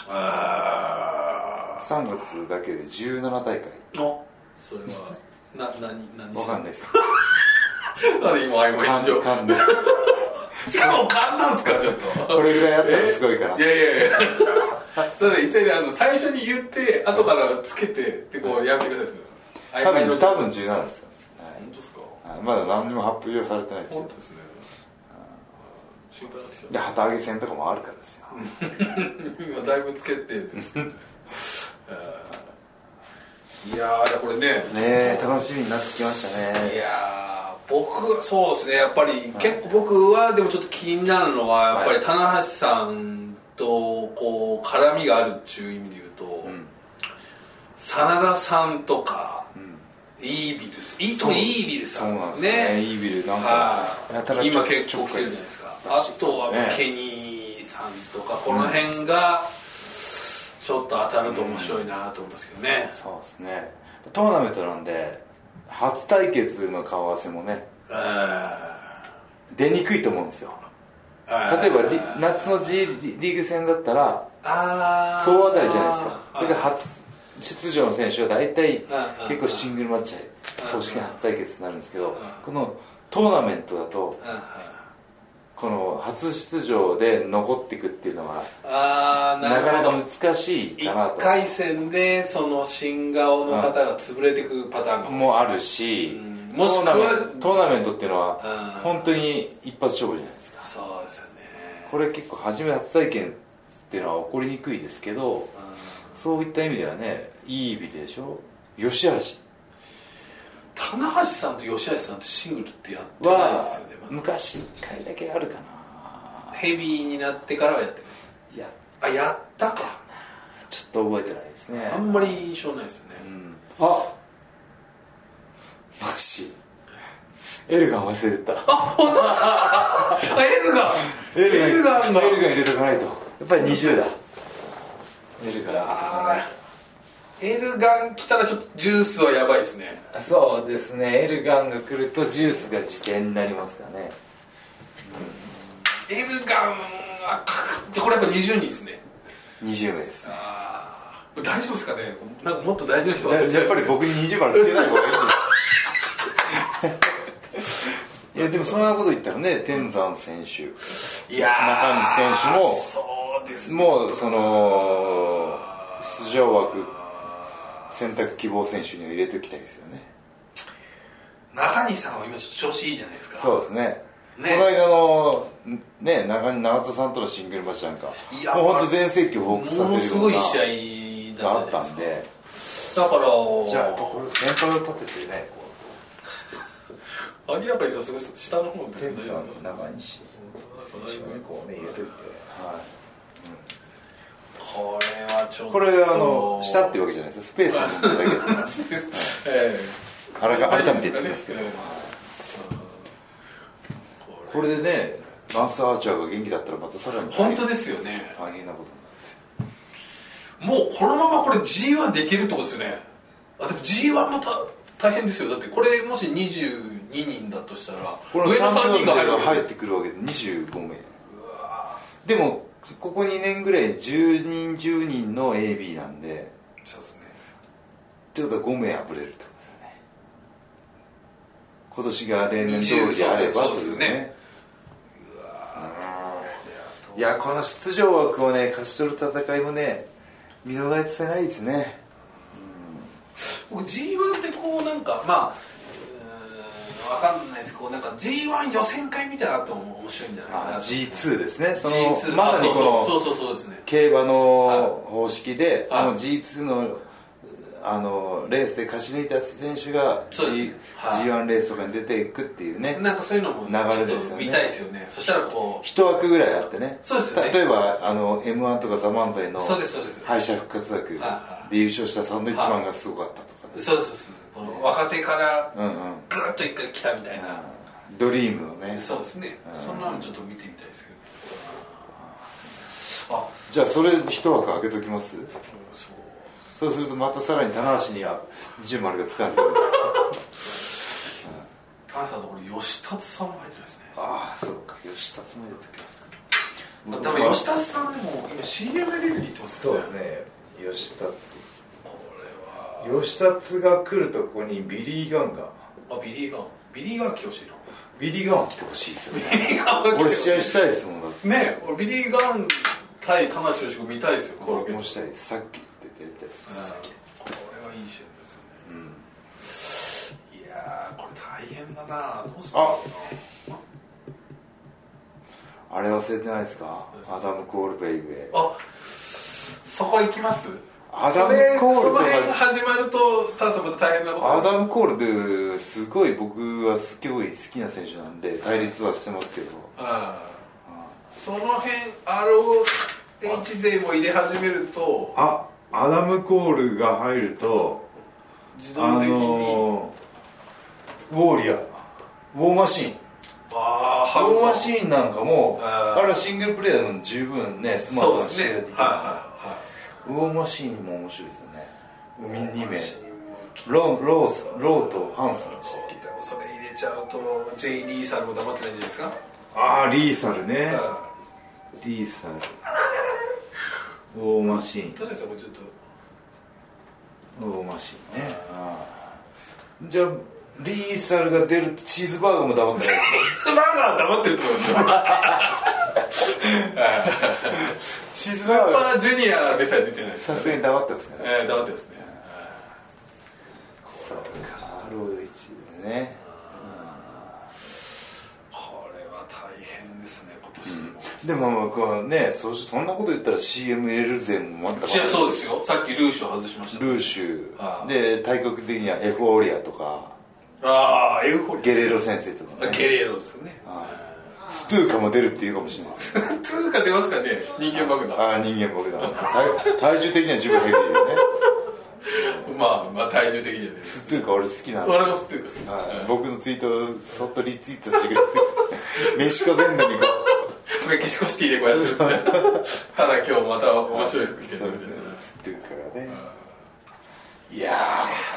[SPEAKER 2] あ
[SPEAKER 1] 3月だけで17大会
[SPEAKER 2] ーのそれはな何何
[SPEAKER 1] わかん
[SPEAKER 2] い [laughs]
[SPEAKER 1] ないです
[SPEAKER 2] 今今感情
[SPEAKER 1] かんない
[SPEAKER 2] しかも簡単ですかちょっと
[SPEAKER 1] これぐらいあったらすごいから
[SPEAKER 2] [laughs] いやいやいやそうだねいつあの最初に言って後からつけてでこうやめてください
[SPEAKER 1] 多分多分17
[SPEAKER 2] 本
[SPEAKER 1] ですよ、はい
[SPEAKER 2] 当ですか
[SPEAKER 1] はいまだ何にも発表されてないですけ
[SPEAKER 2] 本
[SPEAKER 1] ど
[SPEAKER 2] 当ですね心配になってきた
[SPEAKER 1] で旗揚げ戦とかもあるからですよ [laughs]
[SPEAKER 2] 今だいぶつけて [laughs] あーいやーじゃあこれね
[SPEAKER 1] ねえ楽しみになってきました
[SPEAKER 2] い
[SPEAKER 1] ね
[SPEAKER 2] やー僕はそうですねやっぱり、結構僕はでもちょっと気になるのはやっぱり棚橋さんとこう絡みがあるっていう意味で言うと、
[SPEAKER 1] ん
[SPEAKER 2] 真田さんとか、
[SPEAKER 1] ん
[SPEAKER 2] イービルスいいとこイービルさ
[SPEAKER 1] そうんなん
[SPEAKER 2] で
[SPEAKER 1] ですす
[SPEAKER 2] ね
[SPEAKER 1] ねイービルなんかやた
[SPEAKER 2] は
[SPEAKER 1] ら
[SPEAKER 2] い、今結構来てるじゃないですかあとはやっぱ
[SPEAKER 1] ね
[SPEAKER 2] ケニーさんとかこの辺がちょっと当たると面白いなと思いますけどね、
[SPEAKER 1] そうですねトーナメントなんで初対決の顔合わせもね
[SPEAKER 2] うん
[SPEAKER 1] 出にくいと思うんですよ
[SPEAKER 2] あー
[SPEAKER 1] 例えばリ夏の G リーグ戦だったら
[SPEAKER 2] ああ
[SPEAKER 1] 総当たりじゃないですかだから
[SPEAKER 2] は
[SPEAKER 1] 初出場の選手は大体
[SPEAKER 2] うん
[SPEAKER 1] 結構シングルマッチ
[SPEAKER 2] うん
[SPEAKER 1] 公式初対決になるんですけど
[SPEAKER 2] ん
[SPEAKER 1] このトーナメントだとこの初出場で残っていくっていうのは
[SPEAKER 2] ああ
[SPEAKER 1] なか
[SPEAKER 2] な
[SPEAKER 1] な
[SPEAKER 2] る
[SPEAKER 1] か
[SPEAKER 2] ほど
[SPEAKER 1] 難しいかな
[SPEAKER 2] 1
[SPEAKER 1] と
[SPEAKER 2] 回戦でその新顔の方が潰れてくパターンが多い
[SPEAKER 1] もあるし
[SPEAKER 2] うん
[SPEAKER 1] ト
[SPEAKER 2] もし
[SPEAKER 1] ー
[SPEAKER 2] くは
[SPEAKER 1] ナメントトーナメントっていうのは
[SPEAKER 2] うん
[SPEAKER 1] 本当に一発勝負じゃないですか
[SPEAKER 2] そうですよね
[SPEAKER 1] これ結構初め初体験っていうのは起こりにくいですけど
[SPEAKER 2] うん
[SPEAKER 1] そういった意味ではねいい意味でしょ吉橋
[SPEAKER 2] 棚橋さんと吉橋さんってシングルってやってないです
[SPEAKER 1] は
[SPEAKER 2] よね、まだ
[SPEAKER 1] 昔1回だけあるかな
[SPEAKER 2] ヘビーになってからはやってる
[SPEAKER 1] いや
[SPEAKER 2] あやったか
[SPEAKER 1] ちょっと覚えてないですね
[SPEAKER 2] あんまり印象ないですよね、
[SPEAKER 1] うんあマジエルガン忘れてた
[SPEAKER 2] あエルガンエルガンが
[SPEAKER 1] エルガン入れとかないとやっぱり20だエルガン入れとかない
[SPEAKER 2] あーエルガン来たらちょっとジュースはやばいですね
[SPEAKER 1] そうですねエルガンが来るとジュースが自転になりますからね
[SPEAKER 2] エルガンはかじゃあこれやっぱ20人ですね
[SPEAKER 1] 20名ですね
[SPEAKER 2] ああ大丈夫ですかねなんかもっと大事な人忘れてない
[SPEAKER 1] やっぱり僕に20番つけない方がいいんだよ [laughs] いやでもそんなこと言ったらね天山選手
[SPEAKER 2] いやー
[SPEAKER 1] 中西選手も
[SPEAKER 2] そうですね
[SPEAKER 1] もうその出場枠選択希望選手には入れておきたいですよね
[SPEAKER 2] 中西さんは今ちょっと調子いいじゃないですか
[SPEAKER 1] そうですね
[SPEAKER 2] ね
[SPEAKER 1] この間のね中に永田さんとのシングルマッチなんか
[SPEAKER 2] いや
[SPEAKER 1] もう本当全盛期を
[SPEAKER 2] も
[SPEAKER 1] ホー
[SPEAKER 2] の
[SPEAKER 1] クスさせる
[SPEAKER 2] す
[SPEAKER 1] よ
[SPEAKER 2] ご
[SPEAKER 1] う
[SPEAKER 2] い
[SPEAKER 1] な
[SPEAKER 2] 試合
[SPEAKER 1] が
[SPEAKER 2] だ
[SPEAKER 1] あ
[SPEAKER 2] っ
[SPEAKER 1] ったた
[SPEAKER 2] じゃ
[SPEAKER 1] ん
[SPEAKER 2] ないです
[SPEAKER 1] で
[SPEAKER 2] かだから
[SPEAKER 1] じゃあこれ先輩を立ててねこ
[SPEAKER 2] 明らかにそうすごい下の方
[SPEAKER 1] う
[SPEAKER 2] です
[SPEAKER 1] 天
[SPEAKER 2] ね
[SPEAKER 1] 山の中西こうね入れといてはい
[SPEAKER 2] これはちょっと
[SPEAKER 1] これあの下っていうわけじゃないですよスペースの問題だけです
[SPEAKER 2] そうですえ [laughs]
[SPEAKER 1] あら
[SPEAKER 2] え
[SPEAKER 1] か改めて言ってますけど
[SPEAKER 2] うん
[SPEAKER 1] これでねマンス・アーチャーが元気だったらまたさらに大
[SPEAKER 2] 本
[SPEAKER 1] 変
[SPEAKER 2] 当ですよね
[SPEAKER 1] 大変なことに
[SPEAKER 2] もうこのままこれ G1 できるってことですよねあでも G1 もた大変ですよだってこれもし22人だとしたら上
[SPEAKER 1] なっ
[SPEAKER 2] の
[SPEAKER 1] てこのチャン
[SPEAKER 2] 3
[SPEAKER 1] ピ
[SPEAKER 2] 人
[SPEAKER 1] オ
[SPEAKER 2] が
[SPEAKER 1] ン
[SPEAKER 2] 入
[SPEAKER 1] 入
[SPEAKER 2] るわけ
[SPEAKER 1] 入
[SPEAKER 2] で
[SPEAKER 1] ってくるわけで25名
[SPEAKER 2] うわ
[SPEAKER 1] でもここ2年ぐらい10人10人の AB なんで
[SPEAKER 2] ーそうですね
[SPEAKER 1] ってことは5名あぶれるってことですよね今年が例年通りであれば
[SPEAKER 2] そう
[SPEAKER 1] と
[SPEAKER 2] です
[SPEAKER 1] い
[SPEAKER 2] よ
[SPEAKER 1] う
[SPEAKER 2] ね
[SPEAKER 1] ねいやこの出場枠をね勝ち取る戦いもね見逃せないですね
[SPEAKER 2] 僕 G1 ってこうなんかまあうーんわかんないですこうなんか G1 予選会みたいなのあっても面白いんじゃないかな
[SPEAKER 1] あ
[SPEAKER 2] と
[SPEAKER 1] G2 ですねその
[SPEAKER 2] G2
[SPEAKER 1] まさにこの
[SPEAKER 2] あそうそうそうそうそうですね
[SPEAKER 1] 競馬の方式で、
[SPEAKER 2] は
[SPEAKER 1] そ
[SPEAKER 2] い
[SPEAKER 1] の G2 のあのレースで勝ち抜いた選手が、
[SPEAKER 2] そうです
[SPEAKER 1] G
[SPEAKER 2] ねはい
[SPEAKER 1] G1 レースとかに出ていくっていうね
[SPEAKER 2] なんかそういうのも
[SPEAKER 1] 流れですよね
[SPEAKER 2] ちょっと見たいですよねそしたらこ
[SPEAKER 1] 一枠ぐらいあってね
[SPEAKER 2] そうですよね
[SPEAKER 1] 例えばあの m 1とか「ザ漫才の
[SPEAKER 2] そうですそうです
[SPEAKER 1] 敗者復活枠で
[SPEAKER 2] は
[SPEAKER 1] 優勝したサンドイッチマンがすごかったとか
[SPEAKER 2] う
[SPEAKER 1] ね
[SPEAKER 2] そうそうそうそうこの若手から
[SPEAKER 1] うんうん
[SPEAKER 2] グーッと一回来たみたいな
[SPEAKER 1] ドリームのね
[SPEAKER 2] そうですね、そんなのちょっと見てみたいですけどあ
[SPEAKER 1] じゃあそれ一枠開けときます
[SPEAKER 2] そう
[SPEAKER 1] そうするとまたさらに棚橋には二重丸がつかんでる
[SPEAKER 2] [laughs] 田中さんのところ吉達さんも入ってないですね
[SPEAKER 1] ああそうか吉田つまでときますか
[SPEAKER 2] だ多分吉達さんでも今 CM で出てきてます
[SPEAKER 1] そう
[SPEAKER 2] よね
[SPEAKER 1] ですね吉田
[SPEAKER 2] これ
[SPEAKER 1] 吉達が来るとここにビリー・ガンが
[SPEAKER 2] はあビリーガンビリーガン清志の
[SPEAKER 1] ビリー・ガン来てほしいですよね
[SPEAKER 2] ビリーガンは来て
[SPEAKER 1] [laughs] 俺試合したいですもんだって
[SPEAKER 2] ねえ俺ビリーガン対田中良子見たいですよこれ
[SPEAKER 1] これもしたいですさっき言っててやりたいですさっき
[SPEAKER 2] これはいい試合ですよね、いやーこれ大変だなどうする
[SPEAKER 1] ああれ忘れてないですかアダム・コール・ベイベー
[SPEAKER 2] あそこ行きます
[SPEAKER 1] アダム・コールと
[SPEAKER 2] それその辺が
[SPEAKER 1] か
[SPEAKER 2] 始まると田中さんまた大変なこと
[SPEAKER 1] ア
[SPEAKER 2] になる
[SPEAKER 1] ダム・コールってすごい僕はすごい好きな選手なんで対立はしてますけど
[SPEAKER 2] ああその辺 ROH 勢も入れ始めると
[SPEAKER 3] あアダム・コールが入ると
[SPEAKER 2] 自
[SPEAKER 3] あ
[SPEAKER 2] 動的に、
[SPEAKER 3] の
[SPEAKER 1] ウォーリアーウォーマシーン
[SPEAKER 2] ああ
[SPEAKER 1] ウォーマ
[SPEAKER 2] ン
[SPEAKER 1] シーンなんかも
[SPEAKER 2] あ
[SPEAKER 1] あ
[SPEAKER 2] ー
[SPEAKER 1] れはシングルプレーヤーでも十分ねスマー
[SPEAKER 2] そ
[SPEAKER 1] ト
[SPEAKER 2] う
[SPEAKER 1] な
[SPEAKER 2] です
[SPEAKER 1] 試
[SPEAKER 2] ね
[SPEAKER 1] 合
[SPEAKER 2] はい
[SPEAKER 1] がで
[SPEAKER 2] は
[SPEAKER 1] きる
[SPEAKER 2] いは
[SPEAKER 1] ウォーマシーンも面白いですよね
[SPEAKER 2] い
[SPEAKER 1] 2名
[SPEAKER 2] で
[SPEAKER 1] ローロースローとハンソンでしたっけ
[SPEAKER 2] もそれ入れちゃうと J リーサルも黙ってないんじゃないですか、
[SPEAKER 3] あーリーサルね
[SPEAKER 2] ああ
[SPEAKER 3] リーサルウォーマシン
[SPEAKER 2] 田中さんもちょっと
[SPEAKER 3] ウォーマシンねあ
[SPEAKER 1] じゃあリーサルが出るとチーズバーガーも黙ってない
[SPEAKER 2] スバーガー黙ってると思いますよ
[SPEAKER 1] [laughs] チーズ
[SPEAKER 2] スー
[SPEAKER 1] バー
[SPEAKER 2] パ
[SPEAKER 1] ガー
[SPEAKER 2] ージュニアでさえ出てないですか
[SPEAKER 1] さ
[SPEAKER 2] ら
[SPEAKER 1] すが
[SPEAKER 2] ね
[SPEAKER 1] に黙ってますからね
[SPEAKER 2] えー、黙ってますね
[SPEAKER 1] そうか ROH でね
[SPEAKER 2] これは大変ですね今年も、
[SPEAKER 1] でもまあこうねそそんなこと言ったら CM 入れるぜも全く
[SPEAKER 2] いやそうですよさっきルーシュを外しました
[SPEAKER 1] ルーシュ
[SPEAKER 2] ああ
[SPEAKER 1] で体格的にはエフォーリアとか
[SPEAKER 2] ああエウフォリ
[SPEAKER 1] ゲレーロ先生とか
[SPEAKER 2] ア
[SPEAKER 1] ね
[SPEAKER 2] ゲレーロですね
[SPEAKER 1] ストゥーカも出るっていうかもしれないですね
[SPEAKER 2] 通貨出ますかね人間爆弾
[SPEAKER 1] ああ人間僕だ体体重的には自分ヘビーでね
[SPEAKER 2] まあまあ体重的にはね
[SPEAKER 1] ストゥーカ俺好きなんで
[SPEAKER 2] 俺も通貨好きですね
[SPEAKER 1] はい僕のツイートをそっとリツイートしてくれてメシコ全土にこ
[SPEAKER 2] メキシコシティでこうやってですねただ今日また面白い服着て
[SPEAKER 1] うそ
[SPEAKER 2] る
[SPEAKER 1] う
[SPEAKER 2] み
[SPEAKER 1] で
[SPEAKER 2] た
[SPEAKER 1] す
[SPEAKER 2] い
[SPEAKER 1] ね
[SPEAKER 2] な
[SPEAKER 1] ストゥーカがね
[SPEAKER 2] いや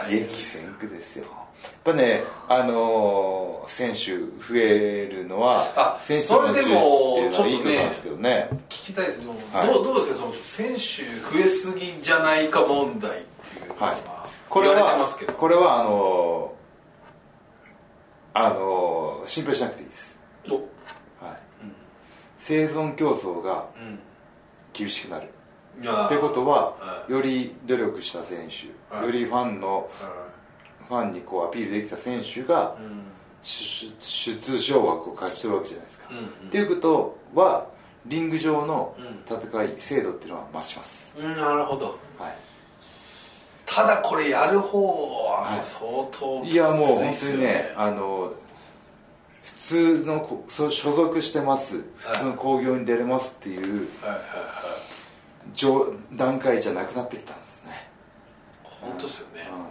[SPEAKER 2] ー
[SPEAKER 1] 激戦区ですよやっぱねあのー、選手増えるのは
[SPEAKER 2] あ
[SPEAKER 1] 選手の
[SPEAKER 2] それで
[SPEAKER 1] 充実っていう
[SPEAKER 2] も
[SPEAKER 1] のはいいことなんですけどね
[SPEAKER 2] 聞きたいですもう、
[SPEAKER 1] はい
[SPEAKER 2] どうどうですかその選手増えすぎじゃないか問題っていうの
[SPEAKER 1] はい
[SPEAKER 2] は
[SPEAKER 1] これ
[SPEAKER 2] 言われてま
[SPEAKER 1] は
[SPEAKER 2] すけど
[SPEAKER 1] これはあのー、あのー、心配しなくていいです、
[SPEAKER 2] お
[SPEAKER 1] はい生存競争が
[SPEAKER 2] う
[SPEAKER 1] 厳しくなる
[SPEAKER 2] んいやー
[SPEAKER 1] ってことは
[SPEAKER 2] はい
[SPEAKER 1] より努力した選手
[SPEAKER 2] はい
[SPEAKER 1] よりファンの
[SPEAKER 2] う
[SPEAKER 1] ファンにこうアピールできた選手が
[SPEAKER 2] んうん
[SPEAKER 1] 出出場枠を勝ち取るわけじゃないですか、
[SPEAKER 2] うんうん
[SPEAKER 1] っていうことはリング上の
[SPEAKER 2] うん
[SPEAKER 1] 戦い精度っていうのは増します、
[SPEAKER 2] うんなるほど
[SPEAKER 1] はい
[SPEAKER 2] ただこれやる方は
[SPEAKER 1] はい
[SPEAKER 2] 相当
[SPEAKER 1] いやもう
[SPEAKER 2] き
[SPEAKER 1] 本
[SPEAKER 2] つ
[SPEAKER 1] 当
[SPEAKER 2] いっすよ
[SPEAKER 1] にねあの普通のこそう所属してます
[SPEAKER 2] はい
[SPEAKER 1] 普通の興行に出れますっていう
[SPEAKER 2] はいはいはい
[SPEAKER 1] 上段階じゃなくなってきたんですね、
[SPEAKER 2] 本当ですよね
[SPEAKER 1] う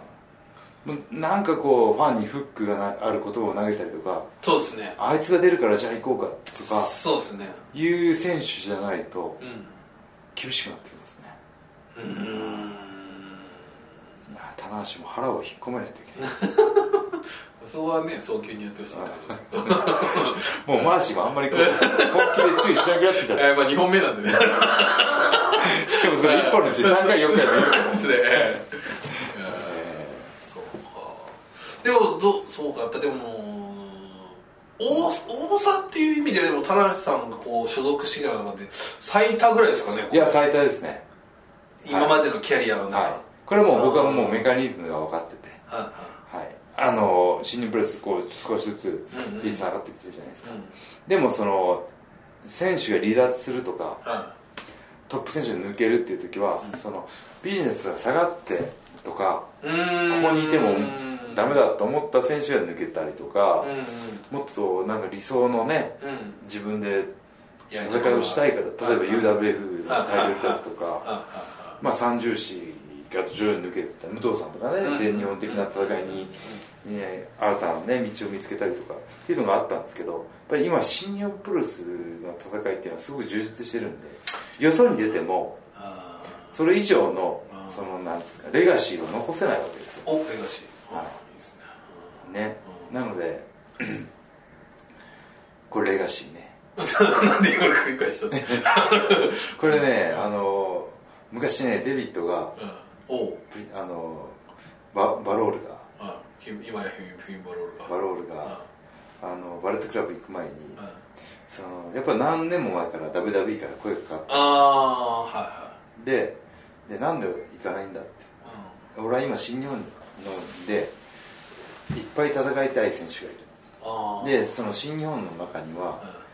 [SPEAKER 1] んもうなんかこうファンにフックがなある言葉を投げたりとか
[SPEAKER 2] そうですね
[SPEAKER 1] あいつが出るからじゃあ行こうかとか
[SPEAKER 2] そうですね
[SPEAKER 1] いう選手じゃないと
[SPEAKER 2] う
[SPEAKER 1] 厳しくなってきますね
[SPEAKER 2] んうーん
[SPEAKER 1] いや棚橋も腹を引っ込めないといけ [laughs] ない
[SPEAKER 2] そこはね早急にやってほしいな
[SPEAKER 1] もうマーシーもあんまりこう本気で注意しなくなってきた [laughs]
[SPEAKER 2] えーまあ2本目なんでね
[SPEAKER 1] しかもそれ1本のうち3回4回やる
[SPEAKER 2] [laughs] ですねえーそうかでもどそうかやっぱでも多多さっていう意味ででも田中さんがこう所属してきた中で最多ぐらいですかね
[SPEAKER 1] いや最多ですね
[SPEAKER 2] 今までのキャリアの中、
[SPEAKER 1] はいこれもう僕はもうメカニズムが分かってて
[SPEAKER 2] はいは
[SPEAKER 1] はいあの新日本プロレスこう少しずつ
[SPEAKER 2] うんうん
[SPEAKER 1] 率上がってきてるじゃないです
[SPEAKER 2] い
[SPEAKER 1] か、
[SPEAKER 2] うん
[SPEAKER 1] でもその選手が離脱するとか
[SPEAKER 2] は
[SPEAKER 1] トップ選手が抜けるっていう時は、そのビジネスが下がってとか
[SPEAKER 2] い、うーん
[SPEAKER 1] ここにいてもダメ
[SPEAKER 2] だ
[SPEAKER 1] だと思った選手が抜けたりとか
[SPEAKER 2] うん、うん
[SPEAKER 1] もっとなんか理想のね
[SPEAKER 2] うん
[SPEAKER 1] 自分で
[SPEAKER 2] やり
[SPEAKER 1] 戦いをしたいから例えば
[SPEAKER 2] はい
[SPEAKER 1] UWF のタイトル立つと
[SPEAKER 2] あ
[SPEAKER 1] か
[SPEAKER 2] あ
[SPEAKER 1] まあ三重視あと上位抜けてった武藤さんとかね、
[SPEAKER 2] うん
[SPEAKER 1] 全日本的な戦いに、ね、新たな、ね、道を見つけたりとかっていうのがあったんですけどやっぱり今新日本プロレスの戦いっていうのはすごく充実してるんでよそに出ても
[SPEAKER 2] あ
[SPEAKER 1] それ以上の
[SPEAKER 2] うん
[SPEAKER 1] そのなんですかレガシーを残せないわけですよ
[SPEAKER 2] ーおレガシー
[SPEAKER 1] はい
[SPEAKER 2] いいですね
[SPEAKER 1] ね
[SPEAKER 2] う
[SPEAKER 1] なので [clears throat] これレガシーね
[SPEAKER 2] うんなんで今繰り返したんですか
[SPEAKER 1] これねあの昔ねデビットが
[SPEAKER 2] うんおう
[SPEAKER 1] プリあのババロールが
[SPEAKER 2] あひ今やフィンフィンバロールが
[SPEAKER 1] バロール
[SPEAKER 2] うん
[SPEAKER 1] があのバレットクラブ行く前に
[SPEAKER 2] うん
[SPEAKER 1] そのやっぱ何年も前から WWE から声がかかっ
[SPEAKER 2] ああは
[SPEAKER 1] てででなんで行かないんだって
[SPEAKER 2] いはい
[SPEAKER 1] 俺は今新日本のでいっぱい戦いたい選手がいる
[SPEAKER 2] うんああ
[SPEAKER 1] でその新日本の中には
[SPEAKER 2] うん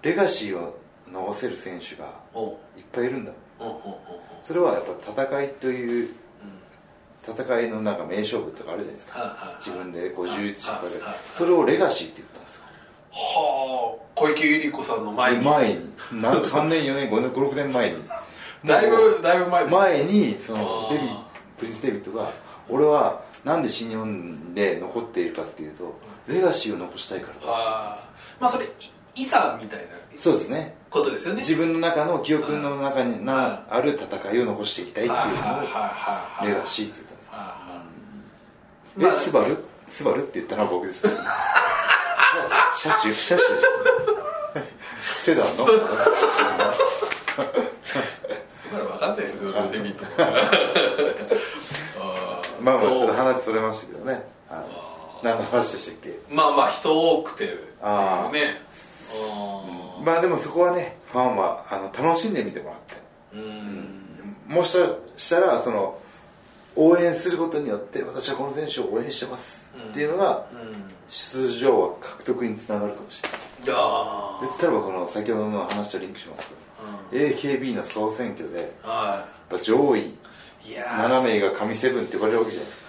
[SPEAKER 1] レガシーを残せる選手が
[SPEAKER 2] お
[SPEAKER 1] い
[SPEAKER 2] う
[SPEAKER 1] っぱいいるんだ
[SPEAKER 2] おうおうおうおう
[SPEAKER 1] それはやっぱ戦いという
[SPEAKER 2] うん
[SPEAKER 1] 戦いのなんか名勝負とかあるじゃないですか
[SPEAKER 2] はいはいはい
[SPEAKER 1] 自分でこう11とか
[SPEAKER 2] はいはいはい
[SPEAKER 1] それをレガシーって言ったんですよ
[SPEAKER 2] はあ小池百合子さんの前に
[SPEAKER 1] 前にな3年4年5年56年前に
[SPEAKER 2] だい
[SPEAKER 1] もう
[SPEAKER 2] ぶだいぶ前です
[SPEAKER 1] 前にその
[SPEAKER 2] あー
[SPEAKER 1] デビプリンス・デビットが俺はなんで新日本で残っているかっていうとレガシーを残したいからだって言ったんで
[SPEAKER 2] あーまあそれい遺産みたいな
[SPEAKER 1] すそうですね
[SPEAKER 2] ことですよね
[SPEAKER 1] 自分の中の記憶の中になある戦いを残していきたいって
[SPEAKER 2] はいは
[SPEAKER 1] い
[SPEAKER 2] い
[SPEAKER 1] うの
[SPEAKER 2] はいは
[SPEAKER 1] を
[SPEAKER 2] い
[SPEAKER 1] レガシーって言ったんですよ
[SPEAKER 2] は
[SPEAKER 1] え、
[SPEAKER 2] まあ
[SPEAKER 1] スバルスバルって言ったのは僕です
[SPEAKER 2] [laughs]
[SPEAKER 1] 車種車種セダンの
[SPEAKER 2] いすごい分かんないですよデビット [laughs] あー
[SPEAKER 1] まあまあ
[SPEAKER 2] そう
[SPEAKER 1] ちょっと話それましたけどねはい何の話でしたっけ
[SPEAKER 2] まあまあ人多くて
[SPEAKER 1] あー
[SPEAKER 2] ねあ
[SPEAKER 1] まあでもそこはねファンはあの楽しんでみてもらって
[SPEAKER 2] ーうん
[SPEAKER 1] もしかしたらその応援することによって私はこの選手を応援してます
[SPEAKER 2] うん
[SPEAKER 1] っていうのが
[SPEAKER 2] うん
[SPEAKER 1] 出場は獲得につながるかもしれない
[SPEAKER 2] いやー
[SPEAKER 1] 言ったらばこの先ほどの話とリンクします
[SPEAKER 2] う
[SPEAKER 1] AKB の総選挙でやっ
[SPEAKER 2] は
[SPEAKER 1] ぱ上位
[SPEAKER 2] いいやー
[SPEAKER 1] 7名が神セブンって呼ばれるわけじゃないですか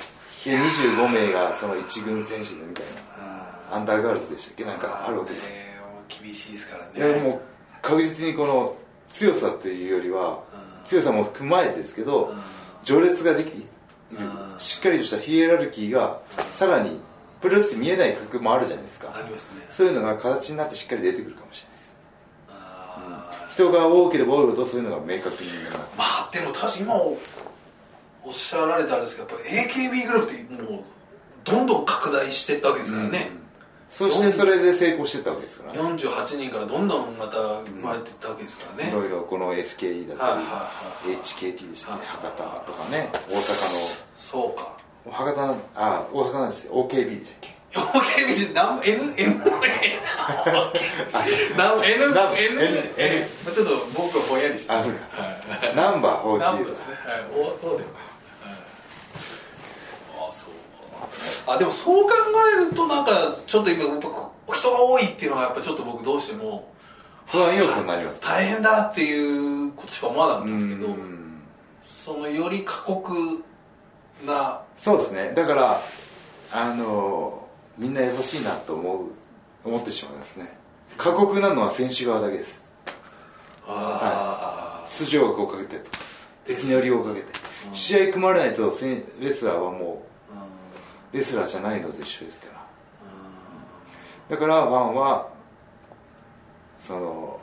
[SPEAKER 1] で25名がその一軍選手でみたい
[SPEAKER 2] あ
[SPEAKER 1] なアンダーガールズでしたっけ
[SPEAKER 2] ー
[SPEAKER 1] なんかあるわけじゃないですか
[SPEAKER 2] ねもう厳しいですからね
[SPEAKER 1] いやもう確実にこの強さというよりは、
[SPEAKER 2] うん
[SPEAKER 1] 強さも踏まえてですけど、
[SPEAKER 2] ん
[SPEAKER 1] 序列ができている、
[SPEAKER 2] うん
[SPEAKER 1] しっかりとしたヒエラルキーがさらにプロレスって見えない格もあるじゃないですか
[SPEAKER 2] ありますね
[SPEAKER 1] そういうのが形になってしっかり出てくるかもしれないです
[SPEAKER 2] あー
[SPEAKER 1] 人が多ければ多いほどそういうのが明確になる
[SPEAKER 2] まあでも確かに今おおっしゃられたんですけどやっぱ AKB グループってもうどんどん拡大していったわけですからね、
[SPEAKER 1] そしてそれで成功してったわけですからね
[SPEAKER 2] 48人からどんどんまた生まれていったわけですからね、
[SPEAKER 1] いろいろこの SKE だ
[SPEAKER 2] はいはい
[SPEAKER 1] った
[SPEAKER 2] はい
[SPEAKER 1] り HKT でしたね
[SPEAKER 2] はい
[SPEAKER 1] 博多とかね大阪
[SPEAKER 2] そうか
[SPEAKER 1] の博多のあ大阪なんですよ OKB でしたっけ
[SPEAKER 2] AKB じゃなん N [laughs] N N
[SPEAKER 1] なん
[SPEAKER 2] N
[SPEAKER 1] N
[SPEAKER 2] N ちょっと僕はぼんやりして
[SPEAKER 1] あ
[SPEAKER 2] ま
[SPEAKER 1] そう
[SPEAKER 2] す
[SPEAKER 1] か
[SPEAKER 2] はい
[SPEAKER 1] ナンバー
[SPEAKER 2] ナン
[SPEAKER 1] 40
[SPEAKER 2] バー
[SPEAKER 1] で
[SPEAKER 2] です
[SPEAKER 1] す
[SPEAKER 2] ね。はい、お、おでもですね。はい。あ、そうか。あ、でもそう考えるとなんかちょっと今やっぱ人が多いっていうのはやっぱちょっと僕どうしても
[SPEAKER 1] 不安要素になります
[SPEAKER 2] 大変だっていうことしか思わなかったんですけど、
[SPEAKER 1] うん
[SPEAKER 2] そのより過酷な、
[SPEAKER 1] そうですねだからあのみんな優しいなと思う思ってしまいますね過酷なのは選手側だけです
[SPEAKER 2] あ
[SPEAKER 1] 出場枠をかけてと
[SPEAKER 2] で
[SPEAKER 1] ひ
[SPEAKER 2] す
[SPEAKER 1] ねりをかけて、試合組まれないとせんレスラーはも
[SPEAKER 2] あ、うん、
[SPEAKER 1] うレスラーじゃないのと一緒ですからだからファンはその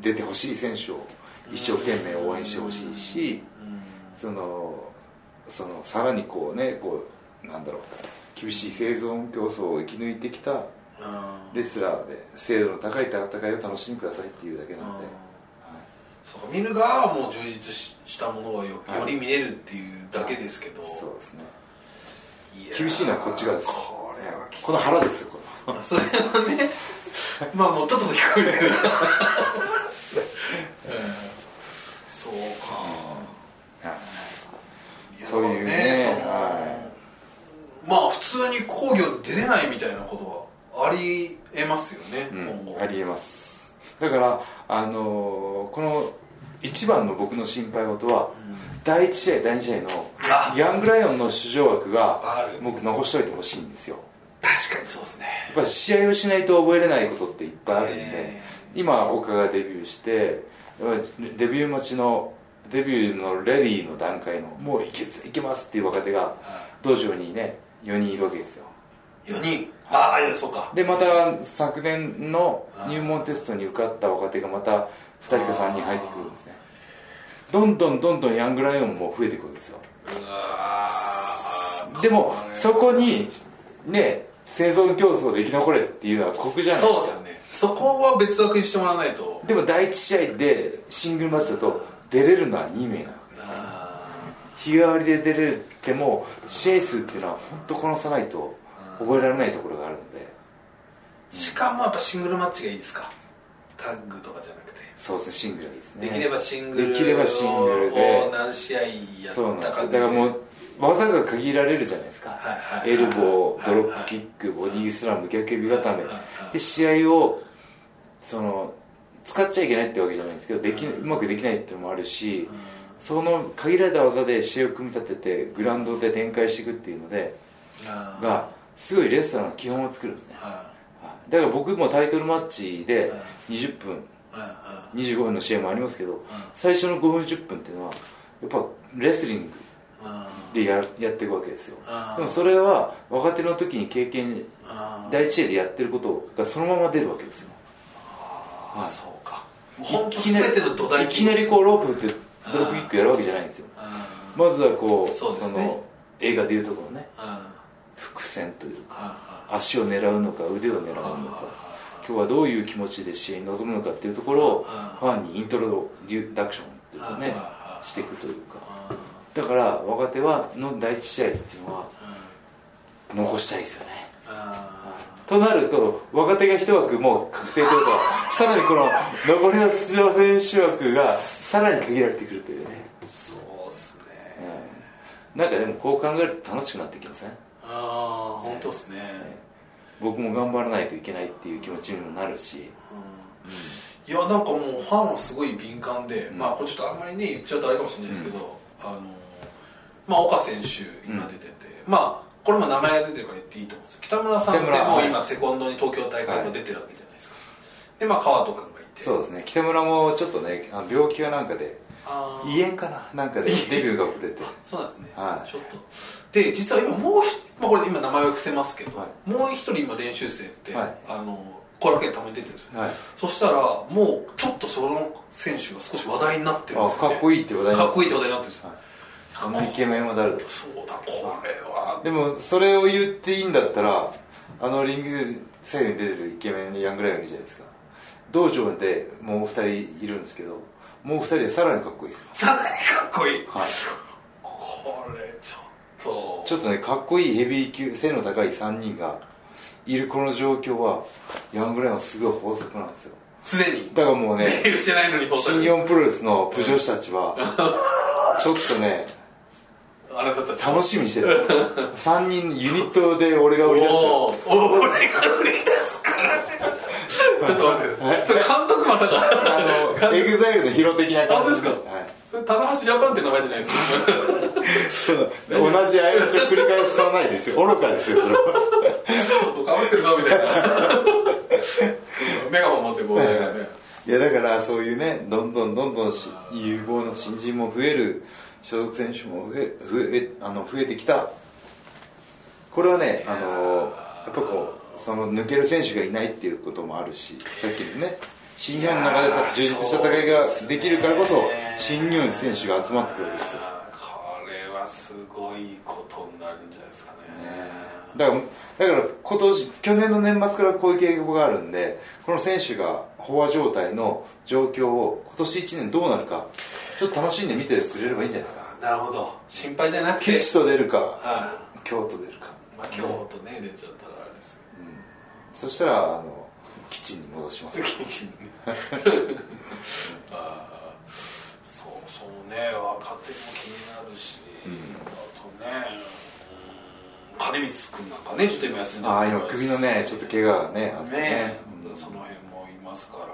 [SPEAKER 1] 出てほしい選手を一生懸命応援してほしいしそのそのさらにこうねこうなんだろう厳しい生存競争を生き抜いてきた
[SPEAKER 2] うん、
[SPEAKER 1] レスラーで精度の高い戦いを楽しんでくださいっていうだけなので、
[SPEAKER 2] そうか見る側はもう充実ししたものがよよ
[SPEAKER 1] はい
[SPEAKER 2] り見れるっていうだけですけど、
[SPEAKER 1] そうですね
[SPEAKER 2] いやー
[SPEAKER 1] 厳しいのはこっち側です
[SPEAKER 2] これはきつい
[SPEAKER 1] この腹ですよこ
[SPEAKER 2] まあそれはねまあもうちょっと聞こえ
[SPEAKER 1] [laughs]
[SPEAKER 2] てるうんそうか
[SPEAKER 1] の、はい
[SPEAKER 2] や
[SPEAKER 1] というね
[SPEAKER 2] だから
[SPEAKER 1] は
[SPEAKER 2] そのまあ普通に工業で出れないみたいなことはありえますよね、今後
[SPEAKER 1] うん、ありえますだからあのーこの一番の僕の心配事は、第1試合第2試合
[SPEAKER 2] あ
[SPEAKER 1] のヤングライオンの出場枠
[SPEAKER 2] わ
[SPEAKER 1] が
[SPEAKER 2] かる
[SPEAKER 1] 僕残しといてほしいんですよ
[SPEAKER 2] 確かにそうですね
[SPEAKER 1] やっぱ試合をしないと覚えれないことっていっぱいあるんで
[SPEAKER 2] え
[SPEAKER 1] 今岡がデビューしてデビュー待ちのデビューのレディーの段階のもういけいけますっていう若手が道場にね4人いるわけですよ
[SPEAKER 2] 4人ああいやそうか
[SPEAKER 1] でまた昨年の入門テストに受かった若手がまた2人か3人入ってくるんですねどんどんどんどんヤングライオンも増えていくわけですよ
[SPEAKER 2] うわー
[SPEAKER 1] でもそこにね生存競争で生き残れっていうのは酷じゃないですか
[SPEAKER 2] そうですよねそこは別枠にしてもらわないと
[SPEAKER 1] でも第1試合でシングルマッチだと出れるのは2名なの
[SPEAKER 2] あ
[SPEAKER 1] 日替わりで出れても試合数っていうのは本当この差ないと覚えられないところがあるので
[SPEAKER 2] ーしかもやっぱシングルマッチがいいですかタッグとかじゃなくて
[SPEAKER 1] そうですねシングルがいいですね
[SPEAKER 2] できればシングル
[SPEAKER 1] できればシングルで
[SPEAKER 2] を何試合や
[SPEAKER 1] そうなん
[SPEAKER 2] っ
[SPEAKER 1] で
[SPEAKER 2] た
[SPEAKER 1] す
[SPEAKER 2] か
[SPEAKER 1] よだからもう技が限られるじゃないですか、
[SPEAKER 2] いはい
[SPEAKER 1] エルボードロップキックボディースラム逆指固め
[SPEAKER 2] はいはい
[SPEAKER 1] で試合をその使っちゃいけないってわけじゃないんですけどできうまくできないっていうのもあるしその限られた技で試合を組み立ててグラウンドで展開していくっていうので
[SPEAKER 2] あー
[SPEAKER 1] がすごいレストランの基本を作るんですね
[SPEAKER 2] あ
[SPEAKER 1] はいだから僕もタイトルマッチで
[SPEAKER 2] はい
[SPEAKER 1] 20分
[SPEAKER 2] ーあ
[SPEAKER 1] 25分の試合もありますけど最初の5分10分っていうのはやっぱレスリング
[SPEAKER 2] ーあ
[SPEAKER 1] でややっていくわけですよ
[SPEAKER 2] あー
[SPEAKER 1] でもそれは若手の時に経験
[SPEAKER 2] ーあー
[SPEAKER 1] 第一試合でやってることがそのまま出るわけですよ
[SPEAKER 2] あ
[SPEAKER 1] は
[SPEAKER 2] ー
[SPEAKER 1] い
[SPEAKER 2] そうか本当
[SPEAKER 1] いきな
[SPEAKER 2] 全
[SPEAKER 1] り
[SPEAKER 2] ての土台
[SPEAKER 1] いきなりこうロープ振ってドロップキックやるわけじゃないんですよ
[SPEAKER 2] あー
[SPEAKER 1] まずはこう
[SPEAKER 2] そうですね
[SPEAKER 1] の映画でいうところのね
[SPEAKER 2] あ
[SPEAKER 1] 伏線というか
[SPEAKER 2] ーあ
[SPEAKER 1] 足を狙うのか腕を狙うの
[SPEAKER 2] ー
[SPEAKER 1] か
[SPEAKER 2] あ
[SPEAKER 1] 今日はどういう気持ちで試合に臨むのかっていうところをフ
[SPEAKER 2] あ
[SPEAKER 1] ァンにイントロデュダクションっていうかね
[SPEAKER 2] ああ
[SPEAKER 1] していくというか
[SPEAKER 2] ーあー
[SPEAKER 1] だから若手はの第一試合っていうのは
[SPEAKER 2] うん
[SPEAKER 1] 残したいですよね
[SPEAKER 2] あ
[SPEAKER 1] となると若手が一枠もう確定ということは [laughs] さらにこの残りの出場選手枠がさらに限られてくるというね、
[SPEAKER 2] ーそうっす
[SPEAKER 1] う
[SPEAKER 2] ね
[SPEAKER 1] んなんかでもこう考えると楽しくなってきません
[SPEAKER 2] ああ本当っすね
[SPEAKER 1] 僕も頑張らないといけないっていう気持ちにもなるし、
[SPEAKER 2] うんいやなんかもうファンはすごい敏感でまあこれちょっとあんまりね言っちゃうとあれかもしれないですけどあのまあ岡選手今出ててまあこれも名前が出てるから言っていいと思うんですよ北村さんって
[SPEAKER 1] 北村
[SPEAKER 2] もう
[SPEAKER 1] は
[SPEAKER 2] 今
[SPEAKER 1] い
[SPEAKER 2] セコンドに東京大会も出てるわけじゃないですかでまあ川戸君がいて
[SPEAKER 1] そうですね北村もちょっとねあの病気かなんかで
[SPEAKER 2] あー
[SPEAKER 1] 胃炎かななんか [laughs] でデビューが遅れて
[SPEAKER 2] そうなんですね、
[SPEAKER 1] はい
[SPEAKER 2] ちょっとで実は今もうひ、まあ、これ今名前は伏せますけど、
[SPEAKER 1] は
[SPEAKER 2] もう一人今練習生って、
[SPEAKER 1] はい
[SPEAKER 2] あの後楽園たまに出てるんですよね、
[SPEAKER 1] はい
[SPEAKER 2] そしたらもうちょっとその選手が少し話題になってるん
[SPEAKER 1] あ
[SPEAKER 2] ですよ、ね、
[SPEAKER 1] かっこいいって話題に
[SPEAKER 2] かっこいいって話題になってるんですよ、
[SPEAKER 1] はいあのイケメンは誰だろう
[SPEAKER 2] そうだこれは
[SPEAKER 1] でもそれを言っていいんだったらあのリングサイドに出てるイケメンのヤングライオンいるじゃないですか道場でもう2人いるんですけどもう2人でさらにかっこいいですよ
[SPEAKER 2] さらにかっこいい、
[SPEAKER 1] はい
[SPEAKER 2] これちょっと
[SPEAKER 1] ちょっとねかっこいいヘビー級背の高い3人がいるこの状況はヤングライオンすごい法則なんですよ
[SPEAKER 2] すでに
[SPEAKER 1] だからもうね
[SPEAKER 2] デビューしてないのに
[SPEAKER 1] 新日本プロレスのプジョたちはちょっとね
[SPEAKER 2] あなたたち
[SPEAKER 1] 楽しみにしてる3人ユニットで俺が売り出すから
[SPEAKER 2] おーおー俺が売り出すからねちょっと待ってくださいそれ監督まさか
[SPEAKER 1] あ
[SPEAKER 2] [laughs]
[SPEAKER 1] のエグザイルのヒロ的な感じ
[SPEAKER 2] あ本当ですか
[SPEAKER 1] はい
[SPEAKER 2] それ棚橋ジャパンって名前じゃないです
[SPEAKER 1] そ
[SPEAKER 2] か
[SPEAKER 1] う同じ過ちを繰り返さないですよ愚かですよそれは
[SPEAKER 2] 頑張ってるぞみたいなメガホン持ってこうみたいなね
[SPEAKER 1] いやだからそういうねどんどんどんどんし有望な新人も増える所属選手も増え増えあの増えてきたこれはねあのやっぱこうその抜ける選手がいないっていうこともあるしさっきのね新日本の中で充実した戦いができるからこそ新日本選手が集まってくるわけですよ
[SPEAKER 2] あーこれはすごいことになるんじゃないですかね
[SPEAKER 1] だからだから今年去年の年末からこういう傾向があるんでこの選手が飽和状態の状況を今年1年どうなるかちょっと楽しんで見てくれればいいんじゃないですか
[SPEAKER 2] あなるほど心配じゃなくて
[SPEAKER 1] 吉と出るか
[SPEAKER 2] あ
[SPEAKER 1] 京都出るか
[SPEAKER 2] まあ今日とね出ちゃったらあれですね
[SPEAKER 1] そしたらあのキッチンに戻します
[SPEAKER 2] キッチ [laughs] ンねあーそうそうね若手も気になるし、あとねうん金光君なんかねちょっと今休んで
[SPEAKER 1] ああ今首のねちょっと怪我がねあってね
[SPEAKER 2] ねその辺もいますから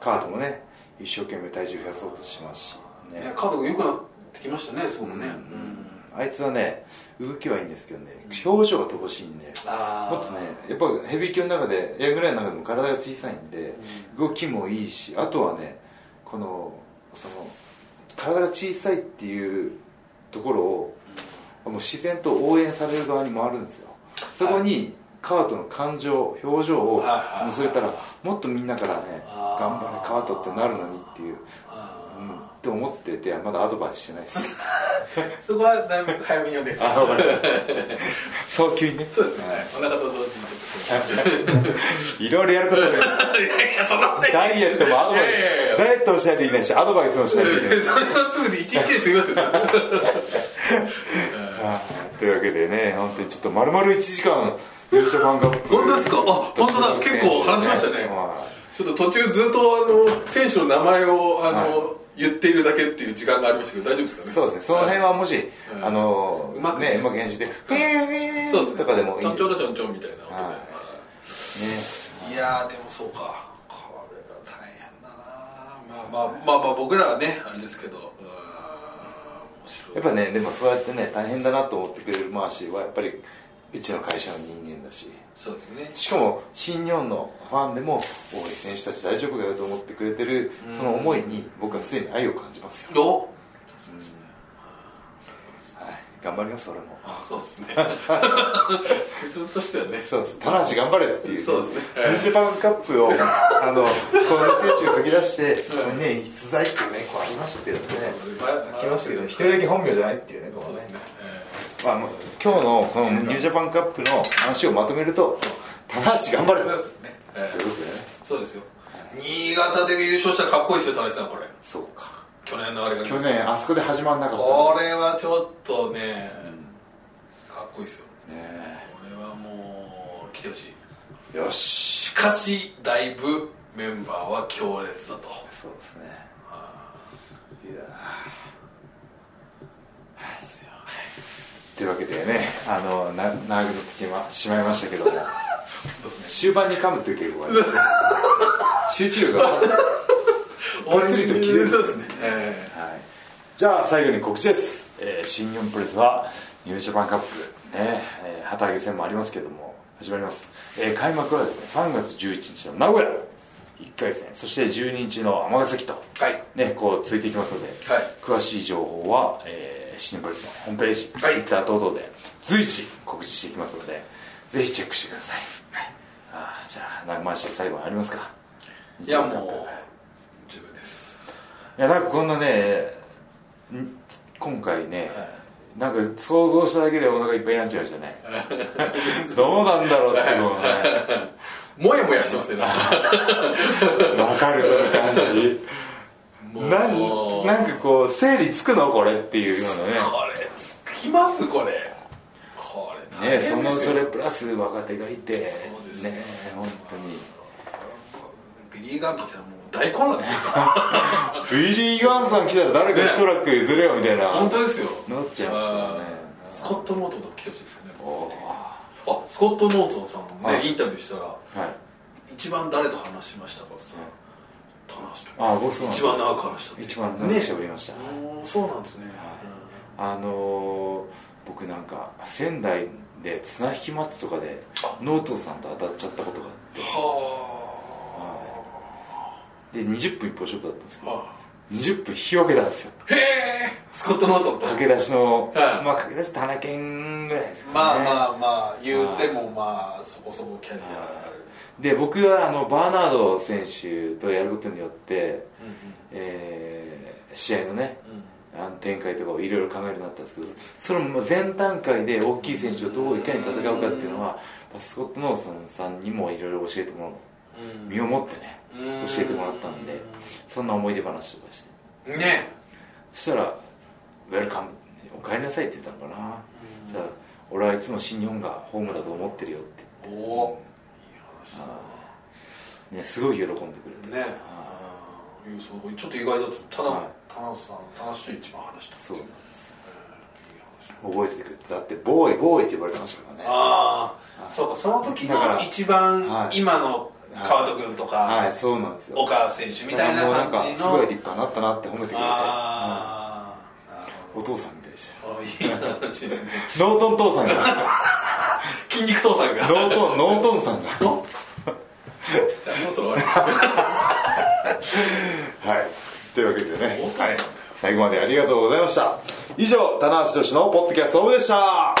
[SPEAKER 1] カードもね一生懸命体重増やそうとしますしね
[SPEAKER 2] ね家族良くなってきましたねすごくね、うん
[SPEAKER 1] あいつはね動きはいいんですけどね表情が乏しいんで、
[SPEAKER 2] あー
[SPEAKER 1] もっとねやっぱヘビー級の中でエアぐらいの中でも体が小さいんで、動きもいいしあとはねこのその体が小さいっていうところをもう自然と応援される側に回るんですよそこにカートの感情表情を
[SPEAKER 2] はい
[SPEAKER 1] 乗せたらもっとみんなからね
[SPEAKER 2] あー
[SPEAKER 1] 頑張れカートってなるのにっていう、うん、って思っててまだアドバイスしてないです
[SPEAKER 2] [laughs] そこはだいぶ早めに読んでいきます
[SPEAKER 1] あわかりまし早急にね
[SPEAKER 2] そうですね、お腹と同時にちょっ
[SPEAKER 1] い [laughs] ろいろやることが
[SPEAKER 2] といやいやそんなことない
[SPEAKER 1] ダイエットもアドバイ
[SPEAKER 2] いやいやいや
[SPEAKER 1] スダイエットもしないといけないしアドバイスもしないといけない
[SPEAKER 2] それはすぐで一日で済みますよ
[SPEAKER 1] はいというわけでね本当にちょっと丸々1時
[SPEAKER 2] [laughs]
[SPEAKER 1] 間勇者ファンカップ
[SPEAKER 2] 本当ですかあ本当だ結構話しましたね
[SPEAKER 1] は
[SPEAKER 2] ちょっと途中ずっとあの選手の名前をあの、言っているだけっていう時間がありましたけど大丈夫で
[SPEAKER 1] い
[SPEAKER 2] すかね
[SPEAKER 1] そうですねその辺はもし、あの
[SPEAKER 2] うまく
[SPEAKER 1] ねうまく編集で「へ
[SPEAKER 2] そうですね
[SPEAKER 1] とかでもいい
[SPEAKER 2] ちょんちょろちょんちょんみたいな音で、
[SPEAKER 1] は
[SPEAKER 2] はいいやーでもそうかこれは大変だなまあまあまあ、まあ、僕らはねあれですけどうーん面白い
[SPEAKER 1] やっぱねでもそうやってね大変だなと思ってくれるマーシーはやっぱりうちの会社の人間だし
[SPEAKER 2] そうですね
[SPEAKER 1] しかも新日本のファンでも大井選手たち大丈夫かよと思ってくれてるその思いに僕はすでに愛を感じますよ、
[SPEAKER 2] お
[SPEAKER 1] はい、頑張ります俺も
[SPEAKER 2] あそう [laughs] ですね結論としてはね
[SPEAKER 1] そうです棚橋頑張れっていう
[SPEAKER 2] そうですね
[SPEAKER 1] フジパンカップを
[SPEAKER 2] [laughs]
[SPEAKER 1] あのこの選手を書き出してこれね逸材っていうねこうありましてですね
[SPEAKER 2] ま
[SPEAKER 1] 書きましたけど一人だけ本名じゃないっていうねこ
[SPEAKER 2] そう
[SPEAKER 1] の
[SPEAKER 2] で
[SPEAKER 1] ね
[SPEAKER 2] すね、
[SPEAKER 1] まあ、もう今日のこのニュージャパンカップの話をまとめると棚橋頑張れ
[SPEAKER 2] えー、そうで
[SPEAKER 1] と
[SPEAKER 2] すね、え
[SPEAKER 1] いうことでね
[SPEAKER 2] ーそうですよ新潟で優勝したらかっこいいですよ田中さんこれ
[SPEAKER 1] そうか
[SPEAKER 2] 去年のあれが
[SPEAKER 1] 去年あそこで始まんなかった
[SPEAKER 2] これはちょっとね、かっこいいですよ
[SPEAKER 1] ね
[SPEAKER 2] これはもう来てほしい
[SPEAKER 1] えよし
[SPEAKER 2] しかしだいぶメンバーは強烈だと
[SPEAKER 1] そうですねいやーはいすよというわけでねあのな長くなってきましまいましたけども [laughs]
[SPEAKER 2] そうですね
[SPEAKER 1] 終盤に噛むっていう傾向があります [laughs] 集中力がぽつりと切れる
[SPEAKER 2] そうですね、え
[SPEAKER 1] はい、じゃあ最後に告知です、えー新日本プロレスはニュージャパンカップ、ねえー旗揚げ戦もありますけども始まります、えー開幕はですね3月11日の名古屋1回戦そして12日の尼崎と、
[SPEAKER 2] ーはい
[SPEAKER 1] ね、こうついていきますので、
[SPEAKER 2] はい
[SPEAKER 1] 詳しい情報は、えー新日本プロレスのホームページ、
[SPEAKER 2] はい
[SPEAKER 1] Twitter 等々で随時告知していきますのでぜひチェックしてください、はい、あーじゃあ長回し最後にありますか
[SPEAKER 2] いや
[SPEAKER 1] 日本カップ
[SPEAKER 2] もう十分です
[SPEAKER 1] いやなんかこんなねん今回ね、なんか想像しただけでお腹いっぱいになっちゃいました
[SPEAKER 2] [laughs]
[SPEAKER 1] ねどうなんだろうっていうのが
[SPEAKER 2] もやもやしてますねなんか
[SPEAKER 1] [laughs] ねわかるその感じ
[SPEAKER 2] [laughs] もう
[SPEAKER 1] なんなんかこう整理つくのこれっていうようなね
[SPEAKER 2] これつきますこれこれ大変
[SPEAKER 1] ね
[SPEAKER 2] です
[SPEAKER 1] そ
[SPEAKER 2] よ
[SPEAKER 1] のそれプラス若手がいてね
[SPEAKER 2] そうですね
[SPEAKER 1] 本当に
[SPEAKER 2] ビリー・ガンと来たらもう大混
[SPEAKER 1] [laughs]
[SPEAKER 2] 乱ですよ
[SPEAKER 1] ウィリー・ガンさん来たら誰か一ラック譲れよみたいな
[SPEAKER 2] 本当ですよ
[SPEAKER 1] なっちゃいます
[SPEAKER 2] ス
[SPEAKER 1] よね
[SPEAKER 2] コット・ノートンとか来てほしいですよね
[SPEAKER 1] おー
[SPEAKER 2] あスコット・ノートンさんも
[SPEAKER 1] は
[SPEAKER 2] ね
[SPEAKER 1] い
[SPEAKER 2] インタビューしたら
[SPEAKER 1] はい
[SPEAKER 2] 一番誰と話しましたかってさ棚橋と
[SPEAKER 1] あ僕そうなんです
[SPEAKER 2] 一番長く話したって
[SPEAKER 1] 一番長く喋りました
[SPEAKER 2] ねうんそうなんですね
[SPEAKER 1] あのー僕なんか仙台で綱引きマッチとかでノートさんと当たっちゃったことがあ
[SPEAKER 2] うんは
[SPEAKER 1] ってで20分一本勝負だったんですけ
[SPEAKER 2] あ
[SPEAKER 1] ど
[SPEAKER 2] は
[SPEAKER 1] 20分引き分けたんですよ
[SPEAKER 2] あへえスコット・ノートンと
[SPEAKER 1] 駆け出しの、
[SPEAKER 2] はい
[SPEAKER 1] まあ駆け出し棚剣ぐらいですかね
[SPEAKER 2] まあまあまあ言うてもまあそこそこキャリアある
[SPEAKER 1] で僕はあのバーナード選手とやることによって、
[SPEAKER 2] うんうん
[SPEAKER 1] えー試合のね
[SPEAKER 2] うん
[SPEAKER 1] あの展開とかをいろいろ考えるようになったんですけどその前段階で大きい選手をどういかに戦うかっていうのはやっぱスコット・ノーソンさんにもいろいろ教えてもらう
[SPEAKER 2] うん
[SPEAKER 1] 身をもってね
[SPEAKER 2] うん
[SPEAKER 1] 教えてもらったんでそんな思い出話とかして
[SPEAKER 2] ね
[SPEAKER 1] そしたら「ウェルカムお帰りなさい」って言ったのかなそしたら「俺はいつも新日本がホームだと思ってるよ」って
[SPEAKER 2] おお
[SPEAKER 1] ねすごい喜んでくれて
[SPEAKER 2] ね
[SPEAKER 1] あ
[SPEAKER 2] うんいやそうちょっと意外だった田中
[SPEAKER 1] はい
[SPEAKER 2] 田中さん田中と一番話した
[SPEAKER 1] ーそうなんです覚えててくれてだって「ボーイボーイ」って呼ばれてましたからね
[SPEAKER 2] ああそうかその時
[SPEAKER 1] だか
[SPEAKER 2] の
[SPEAKER 1] ら
[SPEAKER 2] 一
[SPEAKER 1] は
[SPEAKER 2] 番
[SPEAKER 1] い
[SPEAKER 2] 今の川戸君と
[SPEAKER 1] は
[SPEAKER 2] か
[SPEAKER 1] いそうなんですよ
[SPEAKER 2] 岡選手みたいな
[SPEAKER 1] もうなんか
[SPEAKER 2] 感じ
[SPEAKER 1] すごい
[SPEAKER 2] の
[SPEAKER 1] 立派になったなって褒めてくれて
[SPEAKER 2] ああなる
[SPEAKER 1] お父さんみたいでし
[SPEAKER 2] ほどいい話ですね
[SPEAKER 1] たノートン父さんが
[SPEAKER 2] 筋肉父さんが [laughs]
[SPEAKER 1] ノートンノートンさんが
[SPEAKER 2] じゃあそろそろ終わりましょう
[SPEAKER 1] はいというわけでね、
[SPEAKER 2] 太田さんだよ
[SPEAKER 1] はい、最後までありがとうございました以上棚橋俊のポッドキャストオブでした